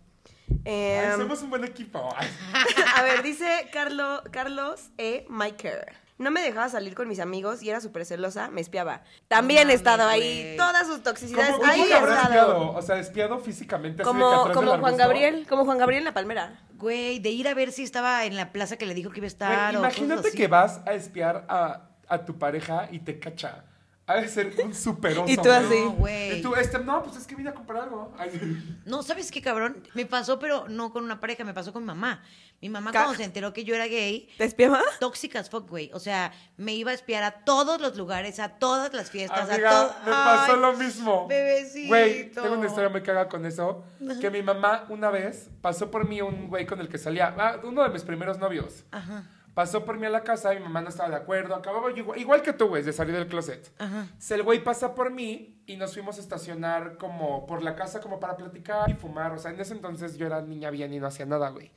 Speaker 1: Eh,
Speaker 2: Ay, Somos un buen equipo. Ay.
Speaker 1: a ver, dice Carlo- Carlos E. Miker. No me dejaba salir con mis amigos y era súper celosa, me espiaba. También he
Speaker 3: Mames,
Speaker 1: estado ahí,
Speaker 3: güey.
Speaker 1: todas sus toxicidades,
Speaker 2: ¿Cómo, cómo
Speaker 1: ahí
Speaker 2: te
Speaker 1: he
Speaker 2: habrá
Speaker 1: estado.
Speaker 2: espiado? O sea, espiado físicamente. así de que
Speaker 1: Como,
Speaker 2: atrás
Speaker 1: como
Speaker 2: del
Speaker 1: Juan
Speaker 2: arbusto.
Speaker 1: Gabriel, como Juan Gabriel en La Palmera.
Speaker 3: Güey, de ir a ver si estaba en la plaza que le dijo que iba a
Speaker 2: Güey,
Speaker 1: pues
Speaker 3: estar. o cosas
Speaker 2: imagínate
Speaker 3: así.
Speaker 2: que vas a espiar a, a tu pareja y te cacha. Ha de ser un super oso,
Speaker 1: Y tú
Speaker 2: güey.
Speaker 1: así.
Speaker 3: No, güey.
Speaker 2: Y tú, este, no, pues es que vine a comprar algo. Ay,
Speaker 3: No, ¿sabes qué, cabrón? Me pasó, pero no con una pareja, me pasó con mi mamá. Mi mamá,
Speaker 1: Ca-
Speaker 3: cuando se enteró que yo era gay,
Speaker 1: ¿Te espiaba?
Speaker 3: tóxicas fuck, güey. O sea, me iba a espiar a todos los lugares, a todas las fiestas,
Speaker 2: Amiga,
Speaker 3: a todo.
Speaker 2: me pasó
Speaker 3: Ay,
Speaker 2: lo mismo.
Speaker 3: bebecito.
Speaker 2: Güey, tengo una historia muy caga con eso. Que mi mamá una vez pasó por mí un güey con el que salía, ah, uno de mis primeros novios.
Speaker 3: Ajá.
Speaker 2: Pasó por mí a la casa, mi mamá no estaba de acuerdo, acababa yo igual, igual que tú, güey, de salir del closet. Se- El güey pasa por mí y nos fuimos a estacionar como por la casa como para platicar y fumar. O sea, en ese entonces yo era niña bien y no hacía nada, güey.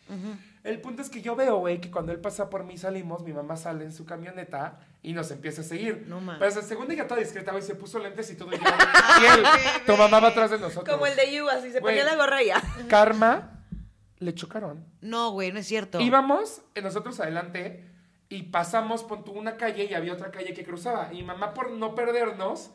Speaker 2: El punto es que yo veo, güey, que cuando él pasa por mí salimos, mi mamá sale en su camioneta y nos empieza a seguir.
Speaker 3: No mames.
Speaker 2: Pero se- según ella toda discreta, güey, se puso lentes y todo. Y, yo, y él, tu mamá va atrás de nosotros.
Speaker 1: Como el de You, así se
Speaker 2: Güey.
Speaker 1: ponía la gorra y ya.
Speaker 2: Karma, le chocaron.
Speaker 3: No, güey, no es cierto.
Speaker 2: Íbamos eh, nosotros adelante y pasamos por una calle y había otra calle que cruzaba. Y mi mamá, por no perdernos,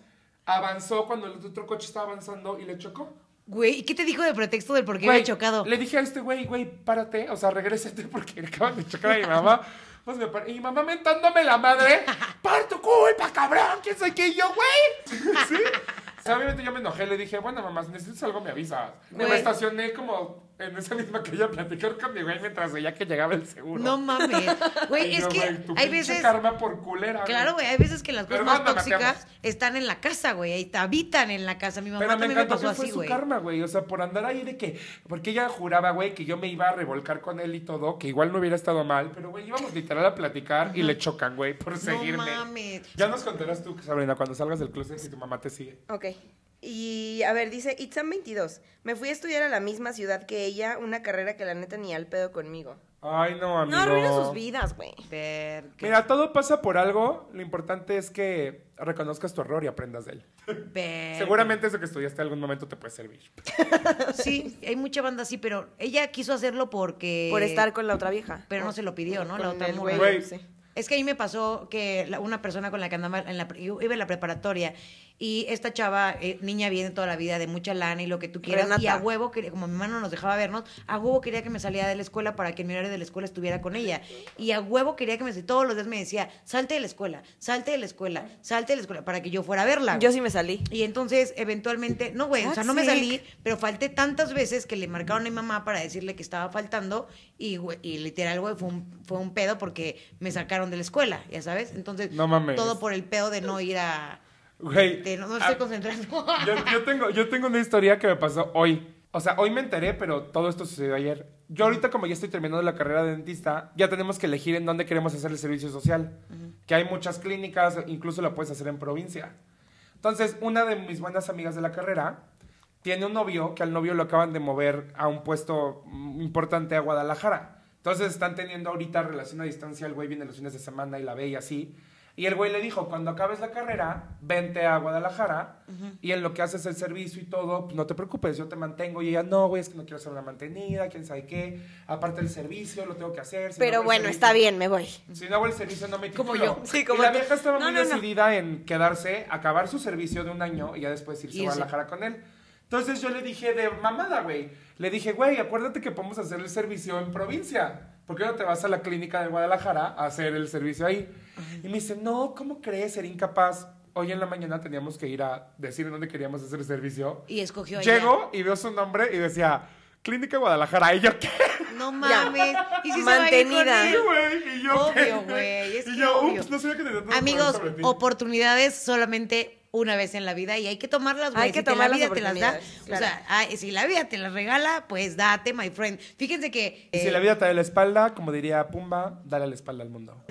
Speaker 2: avanzó cuando el otro coche estaba avanzando y le chocó.
Speaker 3: Güey, ¿y qué te dijo de pretexto del por qué
Speaker 2: Güey,
Speaker 3: había chocado?
Speaker 2: Le dije a este güey, güey, párate, o sea, regrésate porque le acaban de chocar a mi mamá. Pues me paré- y mi mamá mentándome la madre, ¡Par tu culpa, cabrón! ¿Quién soy que yo, güey? ¿Sí? O sea, obviamente yo me enojé, le dije, bueno, mamá, si necesitas algo me avisas. Y Me
Speaker 3: Güey.
Speaker 2: estacioné como en esa misma que ella platicar con mi güey mientras veía que llegaba el seguro.
Speaker 3: No mames. Güey,
Speaker 2: Y
Speaker 3: es
Speaker 2: yo,
Speaker 3: que
Speaker 2: tu
Speaker 3: hay
Speaker 2: pinche
Speaker 3: veces.
Speaker 2: karma por culera.
Speaker 3: Claro, güey, hay veces que las cosas más
Speaker 2: Perdóname, te
Speaker 3: tóxicas están en la casa, güey. ahí te Habitan en la casa. Mi mamá
Speaker 2: Pero me
Speaker 3: también me
Speaker 2: encantó
Speaker 3: pasó
Speaker 2: que fue
Speaker 3: así,
Speaker 2: su
Speaker 3: güey.
Speaker 2: karma, güey. O sea, por andar ahí de que. Porque ella juraba, güey, que yo me iba a revolcar con él y todo, que igual no hubiera estado mal. Pero, güey, íbamos literal a platicar y le chocan, güey, por seguirme.
Speaker 3: mames.
Speaker 2: Ya nos contarás tú, Sabrina, cuando salgas del closet si tu mamá te sigue.
Speaker 1: Ok. Y a ver, dice Itzam 22. Me fui a estudiar a la misma ciudad que ella, una carrera que la neta ni al pedo conmigo.
Speaker 2: Ay, no, amigo.
Speaker 1: No arruines sus vidas, güey.
Speaker 3: Verga.
Speaker 2: Mira, todo pasa por algo. Lo importante es que reconozcas tu error y aprendas de él.
Speaker 3: Verga.
Speaker 2: Seguramente eso que estudiaste en algún momento te puede servir.
Speaker 3: Sí, hay mucha banda así, pero ella quiso hacerlo porque.
Speaker 1: Por estar con la otra vieja.
Speaker 3: Pero no se lo pidió, ¿no? La
Speaker 1: Con
Speaker 3: otra
Speaker 1: el
Speaker 3: morra.
Speaker 2: Güey.
Speaker 1: sí.
Speaker 3: Es que ahí me pasó que la- una persona con la que andaba en la, pre- yo iba en la preparatoria y esta chava, eh, niña bien de toda la vida, de mucha lana y lo que tú quieras,
Speaker 1: Renata.
Speaker 3: y a huevo, quería- como mi mamá no nos dejaba vernos, a huevo quería que me saliera de la escuela para que el mi horario de la escuela estuviera con ella. Y a huevo quería que me todos los días me decía, salte de la escuela, salte de la escuela, salte de la escuela, para que yo fuera a verla.
Speaker 1: Yo sí me salí.
Speaker 3: Y entonces, eventualmente, no, güey, o sea, no me
Speaker 1: Toxic.
Speaker 3: salí, pero falté tantas veces que le marcaron a mi mamá para decirle que estaba faltando y, güey, y literal, güey, fue un, fue un pedo porque me sacaron de la escuela, ya sabes. Entonces,
Speaker 2: No mames.
Speaker 3: todo por el pedo de no ir a...
Speaker 2: Güey.
Speaker 3: de no, no
Speaker 2: a-
Speaker 3: estoy concentrando.
Speaker 2: Ah, yo, yo tengo, yo tengo una historia que me pasó hoy. O sea, hoy me enteré, pero todo esto sucedió ayer. Yo ahorita, como ya estoy terminando la carrera de dentista, ya tenemos que elegir en dónde queremos hacer el servicio social. Que hay muchas clínicas, incluso la puedes hacer en provincia. Entonces, una de mis buenas amigas de la carrera tiene un novio que al novio lo acaban de mover a un puesto mm, importante a Guadalajara. Entonces están teniendo ahorita relación a distancia, el güey viene los fines de semana y la ve y así. Y el güey le dijo, cuando acabes la carrera, vente a Guadalajara y en lo que haces el servicio y todo, pues, no te preocupes, yo te mantengo. Y ella, no, güey, es que no quiero hacer una mantenida, quién sabe qué. Aparte el servicio, lo tengo que hacer. si no
Speaker 1: Pero
Speaker 2: hago el
Speaker 1: bueno,
Speaker 2: servicio-
Speaker 1: está bien, me voy.
Speaker 2: si no hago el servicio, no me
Speaker 3: Como
Speaker 2: titulo.
Speaker 3: yo.
Speaker 1: Sí, como
Speaker 2: y la
Speaker 1: tú.
Speaker 2: vieja estaba
Speaker 1: No,
Speaker 2: muy
Speaker 1: no, no.
Speaker 2: decidida en quedarse, acabar su servicio de un año y ya después irse a
Speaker 3: Irse.
Speaker 2: Guadalajara con él. Entonces yo le dije de mamada, güey. Le dije, güey, acuérdate que podemos hacer el servicio en provincia. ¿Por qué no te vas a la clínica de Guadalajara a hacer el servicio ahí? Y me dice, no, ¿cómo crees ser incapaz? Hoy en la mañana teníamos que ir a decir en dónde queríamos hacer el servicio.
Speaker 3: Y escogió a ella.
Speaker 2: Llego y veo su nombre y decía Clínica Guadalajara. ¿Y yo qué?
Speaker 3: No mames. ¿Y si se va a ir
Speaker 1: Mantenida.
Speaker 3: con él?
Speaker 1: Sí,
Speaker 2: Güey, ¿Y yo qué?
Speaker 3: Ah. Obvio, güey, es
Speaker 2: Y
Speaker 3: que
Speaker 2: yo,
Speaker 3: obvio.
Speaker 2: ups, no sabía que tenía tantas cosas
Speaker 3: Amigos,
Speaker 2: sobre ti.
Speaker 3: oportunidades solamente una vez en la vida y hay que tomarlas, güey.
Speaker 1: Hay que
Speaker 3: Si te la
Speaker 1: tomar las
Speaker 3: vida te las da,
Speaker 1: oportunidades,
Speaker 3: O sea, ah, si la vida te las regala, pues date, my friend. Fíjense que...
Speaker 2: Y si
Speaker 3: eh,
Speaker 2: la vida te da la espalda, como diría Pumba, dale la espalda al mundo.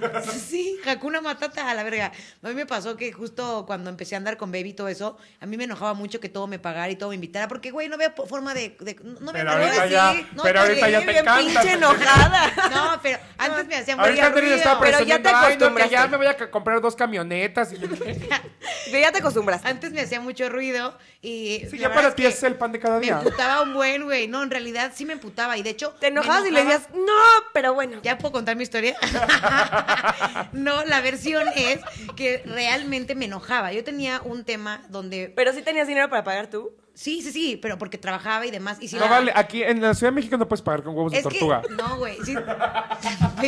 Speaker 3: Sí, Hakuna Matata, a la verga. A mí me pasó que justo cuando empecé a andar con Baby y todo eso, a mí me enojaba mucho que todo me pagara y todo me invitara, porque, güey, no había po- forma de... de- no me
Speaker 2: Pero ahorita
Speaker 3: sí,
Speaker 2: ya-
Speaker 3: no,
Speaker 2: pero
Speaker 3: pues,
Speaker 2: ahorita ya
Speaker 3: sí,
Speaker 2: te
Speaker 3: bien
Speaker 2: encanta.
Speaker 1: Pinche enojada.
Speaker 3: pinche. No, pero antes me hacían
Speaker 2: Ahorita
Speaker 3: mucho
Speaker 2: Andrea
Speaker 3: ruido.
Speaker 2: está
Speaker 1: Pero ya
Speaker 2: presumiendo,
Speaker 1: te
Speaker 2: "Ay, no, que ya
Speaker 1: acostumbraste".
Speaker 2: me voy a c- comprar dos camionetas. Y yo, ¿qué?
Speaker 1: Pero ya te acostumbraste.
Speaker 3: Antes me hacía mucho ruido y...
Speaker 2: Sí,
Speaker 3: la
Speaker 2: ya
Speaker 3: verdad
Speaker 2: para
Speaker 3: es
Speaker 2: ti
Speaker 3: que
Speaker 2: es el pan de cada
Speaker 3: Me
Speaker 2: día.
Speaker 3: emputaba un buen, güey. No, en realidad sí me emputaba. Y de hecho.
Speaker 1: Te
Speaker 3: me
Speaker 1: enojabas y le
Speaker 3: enojaba.
Speaker 1: decías, no, pero bueno.
Speaker 3: ¿Ya puedo contar mi historia? no, la versión es que realmente me enojaba. Yo tenía un tema donde.
Speaker 1: Pero sí tenías dinero para pagar tú.
Speaker 3: Sí, sí, sí, pero porque trabajaba y demás. Y si
Speaker 2: No
Speaker 3: la-
Speaker 2: vale, aquí en la Ciudad de México no puedes pagar con huevos de
Speaker 3: Es que-
Speaker 2: tortuga.
Speaker 3: no, güey. Sí,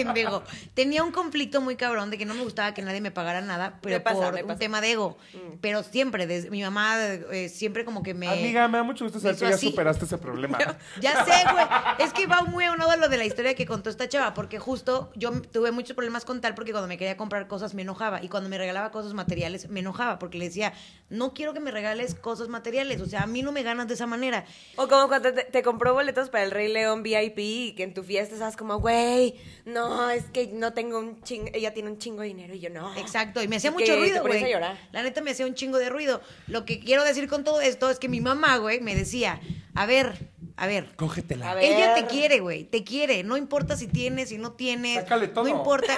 Speaker 3: pendejo. Tenía un conflicto muy cabrón de que no me gustaba que nadie me pagara nada, pero
Speaker 1: Me pasa,
Speaker 3: por
Speaker 1: me
Speaker 3: un
Speaker 1: pasa. Mm.
Speaker 3: tema de ego. Pero siempre, desde, mi mamá eh, siempre como que me.
Speaker 2: Amiga, me da mucho gusto saber
Speaker 3: hizo
Speaker 2: que ya
Speaker 3: así.
Speaker 2: superaste ese problema.
Speaker 3: Ya sé, güey. Es que va muy a uno de lo de la historia que contó esta chava, porque justo yo tuve muchos problemas con tal, porque cuando me quería comprar cosas me enojaba y cuando me regalaba cosas materiales me enojaba, porque le decía, no quiero que me regales cosas materiales, o sea, a mí no me ganas de esa manera.
Speaker 1: O como cuando te, te compró boletos para el Rey León VIP y que en tu fiesta estás como, güey, no, es que no tengo un chingo, ella tiene un chingo de dinero y yo no.
Speaker 3: Exacto, y me hacía
Speaker 1: Y que
Speaker 3: mucho
Speaker 1: te
Speaker 3: ruido,
Speaker 1: ponías a
Speaker 3: güey.
Speaker 1: llorar.
Speaker 3: La neta me hacía un chingo de ruido. Lo que quiero decir con todo esto es que mi mamá, güey, me decía, a ver, a ver,
Speaker 1: A
Speaker 2: Cógetela.
Speaker 1: ver.
Speaker 3: Ella te quiere, güey, te quiere. No importa si tienes, si no tienes.
Speaker 2: Sácale todo.
Speaker 3: No importa.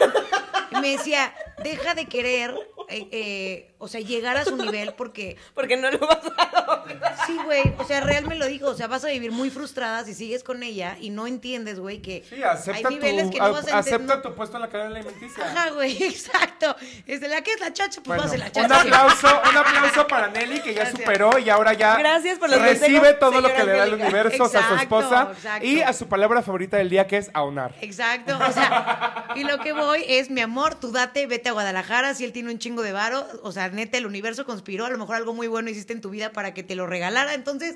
Speaker 3: Y Me decía, deja de querer, eh, eh, o sea, llegar a su nivel porque...
Speaker 1: Porque no lo vas a lograr.
Speaker 3: Sí, güey, o sea, real me lo dijo, o sea, vas a vivir muy frustrada si sigues con ella y no entiendes, güey, que
Speaker 2: Sí, acepta,
Speaker 3: hay
Speaker 2: tu,
Speaker 3: niveles que
Speaker 2: a-
Speaker 3: no vas a
Speaker 2: acepta
Speaker 3: entender.
Speaker 2: tu puesto en la cadena alimenticia.
Speaker 3: Ajá, güey, exacto. Es de la que es la chacha, pues
Speaker 2: Bueno,
Speaker 3: vas a ser la
Speaker 2: un
Speaker 3: chacha.
Speaker 2: aplauso, un aplauso para Nelly que ya
Speaker 3: Gracias.
Speaker 2: superó y ahora ya
Speaker 1: Gracias por los
Speaker 2: recibe
Speaker 1: consejos,
Speaker 2: todo lo
Speaker 1: señora
Speaker 2: que le da el
Speaker 1: Angélica.
Speaker 2: universo o sea, a su
Speaker 3: Exacto,
Speaker 2: esposa
Speaker 3: exacto.
Speaker 2: y a su palabra favorita del día que es aunar.
Speaker 3: Exacto, o sea, y lo que voy es, mi amor, tú date, vete a Guadalajara, si él tiene un chingo de varo, o sea, neta, el universo conspiró, a lo mejor algo muy bueno hiciste en tu vida para que te lo regalara, entonces,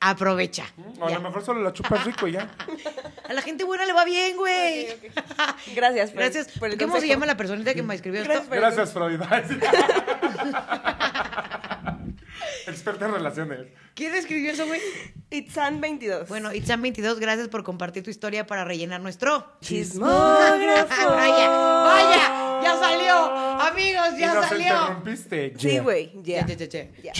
Speaker 3: aprovecha.
Speaker 2: O Mm, a
Speaker 3: Ya.
Speaker 2: lo mejor solo la chupas rico y ya.
Speaker 3: A la gente buena le va bien, güey.
Speaker 1: Gracias, por el-
Speaker 3: Gracias.
Speaker 1: Pues, por el
Speaker 3: ¿Cómo se
Speaker 1: consejo.
Speaker 3: llama la personita que me escribió esto?
Speaker 1: Gracias por el
Speaker 2: Gracias, Freud. Experta en relaciones.
Speaker 3: ¿Quién escribió eso, güey?
Speaker 1: Itzan 22.
Speaker 3: Bueno, Itzan22, gracias por compartir tu historia para rellenar nuestro...
Speaker 1: chismógrafo.
Speaker 3: ¡Vaya! ¡Vaya! ¡Ya salió! Amigos,
Speaker 2: y
Speaker 3: Pues ya
Speaker 2: nos
Speaker 3: salió.
Speaker 2: interrumpiste.
Speaker 1: Sí,
Speaker 2: Yeah.
Speaker 1: güey, ya.
Speaker 3: Che, che, che, che.
Speaker 1: Ya.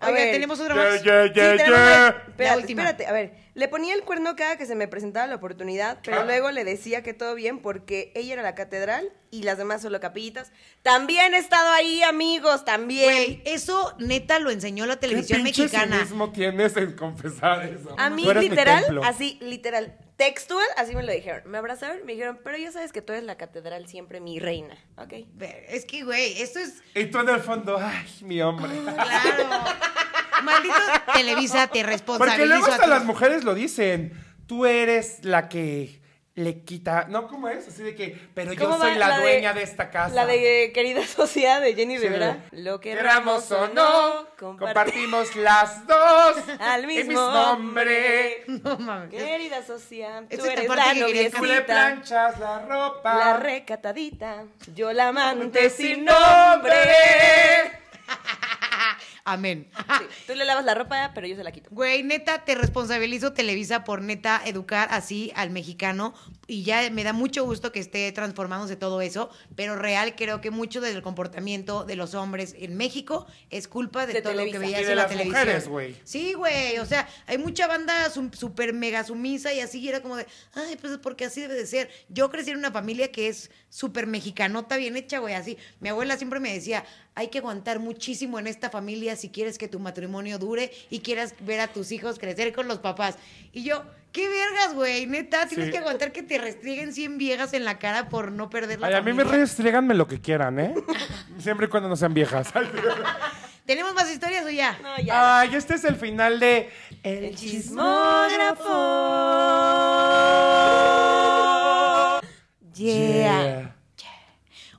Speaker 1: A
Speaker 3: Oiga,
Speaker 1: ver.
Speaker 3: tenemos otra
Speaker 2: Yeah,
Speaker 3: más.
Speaker 2: yeah,
Speaker 1: Sí,
Speaker 2: yeah,
Speaker 1: tenemos-
Speaker 2: yeah.
Speaker 1: Espérate,
Speaker 3: La última.
Speaker 1: espérate, a ver, le ponía el cuerno cada que se me presentaba la oportunidad, pero
Speaker 2: Ah.
Speaker 1: luego le decía que todo bien porque ella era la catedral y las demás solo capillitas. También he estado ahí, amigos, también.
Speaker 3: Güey, eso neta lo enseñó la
Speaker 2: ¿Qué
Speaker 3: televisión
Speaker 2: pinche
Speaker 3: mexicana.
Speaker 2: cinismo tienes en confesar eso?
Speaker 1: A mí,
Speaker 2: Tú eres mi
Speaker 1: literal,
Speaker 2: templo.
Speaker 1: así, literal, textual, así me lo dijeron. Me abrazaron, me dijeron, pero ya sabes que tú eres la catedral siempre, mi reina. Ok.
Speaker 3: Ver, Es que, güey, esto es.
Speaker 2: Y tú en el fondo, ay, mi hombre.
Speaker 3: Claro. Maldito Televisa te responsabilizo.
Speaker 2: Porque luego hasta
Speaker 3: a ti.
Speaker 2: las mujeres lo dicen. Tú eres la que le quita. No, ¿cómo es? Así de que, pero yo
Speaker 1: ¿Cómo va
Speaker 2: soy la,
Speaker 1: de-
Speaker 2: dueña de, esta casa.
Speaker 1: La de eh, Querida Sociedad de Jenny
Speaker 2: Sí.
Speaker 1: Rivera. Lo que
Speaker 2: Queramos o no, compartimos las dos
Speaker 1: Al
Speaker 2: el
Speaker 1: mismo
Speaker 2: nombre.
Speaker 3: No mames.
Speaker 1: Querida Sociedad,
Speaker 3: Esa
Speaker 1: tú
Speaker 3: es la
Speaker 1: eres
Speaker 3: parte
Speaker 1: la
Speaker 3: que quería
Speaker 2: Tú le
Speaker 1: noviecita,
Speaker 2: planchas la ropa.
Speaker 1: la recatadita, yo la amante
Speaker 2: de
Speaker 1: sin nombre.
Speaker 3: Amén.
Speaker 1: Sí, tú le lavas la ropa, pero yo se la quito.
Speaker 3: Güey, neta, te responsabilizo Televisa por neta educar así al mexicano y ya me da mucho gusto que esté transformándose todo eso, pero real creo que mucho del comportamiento de los hombres en México es culpa de,
Speaker 1: De
Speaker 3: todo
Speaker 1: Televisa.
Speaker 3: lo que veías
Speaker 2: Y de
Speaker 3: en la
Speaker 2: las
Speaker 3: televisión.
Speaker 2: mujeres, güey.
Speaker 3: Sí, güey, o sea, hay mucha banda sum- súper mega sumisa y así y era como de, ay, pues porque así debe de ser. Yo crecí en una familia que es súper mexicanota, bien hecha, güey, así. Mi abuela siempre me decía, hay que aguantar muchísimo en esta familia si quieres que tu matrimonio dure y quieras ver a tus hijos crecer con los papás. Y yo, qué vergas, güey, neta, tienes
Speaker 2: Sí.
Speaker 3: que aguantar que te restrieguen 100 viejas en la cara por no perder la
Speaker 2: Ay, a mí me
Speaker 3: familia.
Speaker 2: restréganme lo que quieran, ¿eh? Siempre y cuando no sean viejas.
Speaker 3: ¿Tenemos más historias o ya?
Speaker 1: No, ya.
Speaker 2: Ay, este es el final de El
Speaker 1: Ah. chismógrafo. Yeah.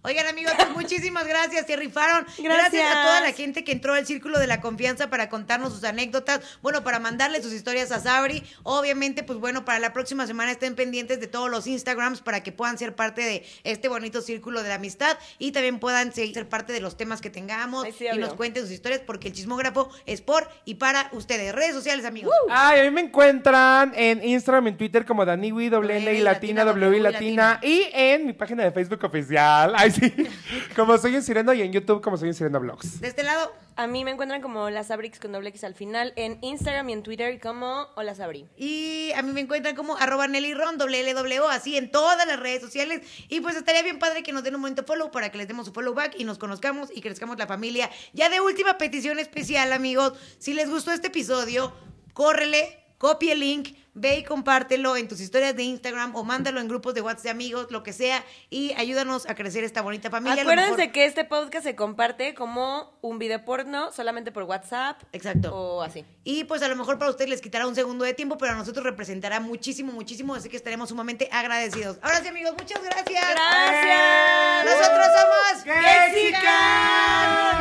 Speaker 3: Oigan, amigos, pues muchísimas gracias. Se rifaron. Gracias.
Speaker 1: Gracias
Speaker 3: a toda la gente que entró al Círculo de la Confianza para contarnos sus anécdotas. Bueno, para mandarle sus historias a Sabri. Obviamente, pues bueno, para la próxima semana estén pendientes de todos los Instagrams para que puedan ser parte de este bonito Círculo de la Amistad y también puedan se- ser parte de los temas que tengamos
Speaker 1: Ay, sí,
Speaker 3: y
Speaker 1: obvio.
Speaker 3: nos cuenten sus historias porque el chismógrafo es por y para ustedes. Redes sociales, amigos.
Speaker 2: Ay, a mí me encuentran en Instagram, en Twitter como Dani Wi, doble N y latina, W y latina. Y en mi página de Facebook oficial. Ay, sí. Como soy un sireno y en YouTube como soy un sireno blogs.
Speaker 3: De este lado,
Speaker 1: A mí me encuentran como las Abrix con doble X al final en Instagram y en Twitter como Hola Sabri.
Speaker 3: Y a mí me encuentran como arroba Nelly Ron, doble L, doble O, así en todas las redes sociales. Y pues estaría bien padre que nos den un momento follow para que les demos su follow back y nos conozcamos y crezcamos la familia. Ya de última petición especial, amigos, si les gustó este episodio, córrele, copie el link. Ve y compártelo en tus historias de Instagram o mándalo en grupos de WhatsApp de amigos, lo que sea, y ayúdanos a crecer esta bonita familia. A lo
Speaker 1: Acuérdense
Speaker 3: mejor-
Speaker 1: que este podcast se comparte como un video porno solamente por WhatsApp.
Speaker 3: Exacto.
Speaker 1: O así.
Speaker 3: Y pues a lo mejor para ustedes les quitará un segundo de tiempo, pero a nosotros representará muchísimo, muchísimo, así que estaremos sumamente agradecidos. Ahora sí, amigos, muchas gracias.
Speaker 1: Gracias.
Speaker 3: Nosotros somos
Speaker 2: ¡Qué chicas!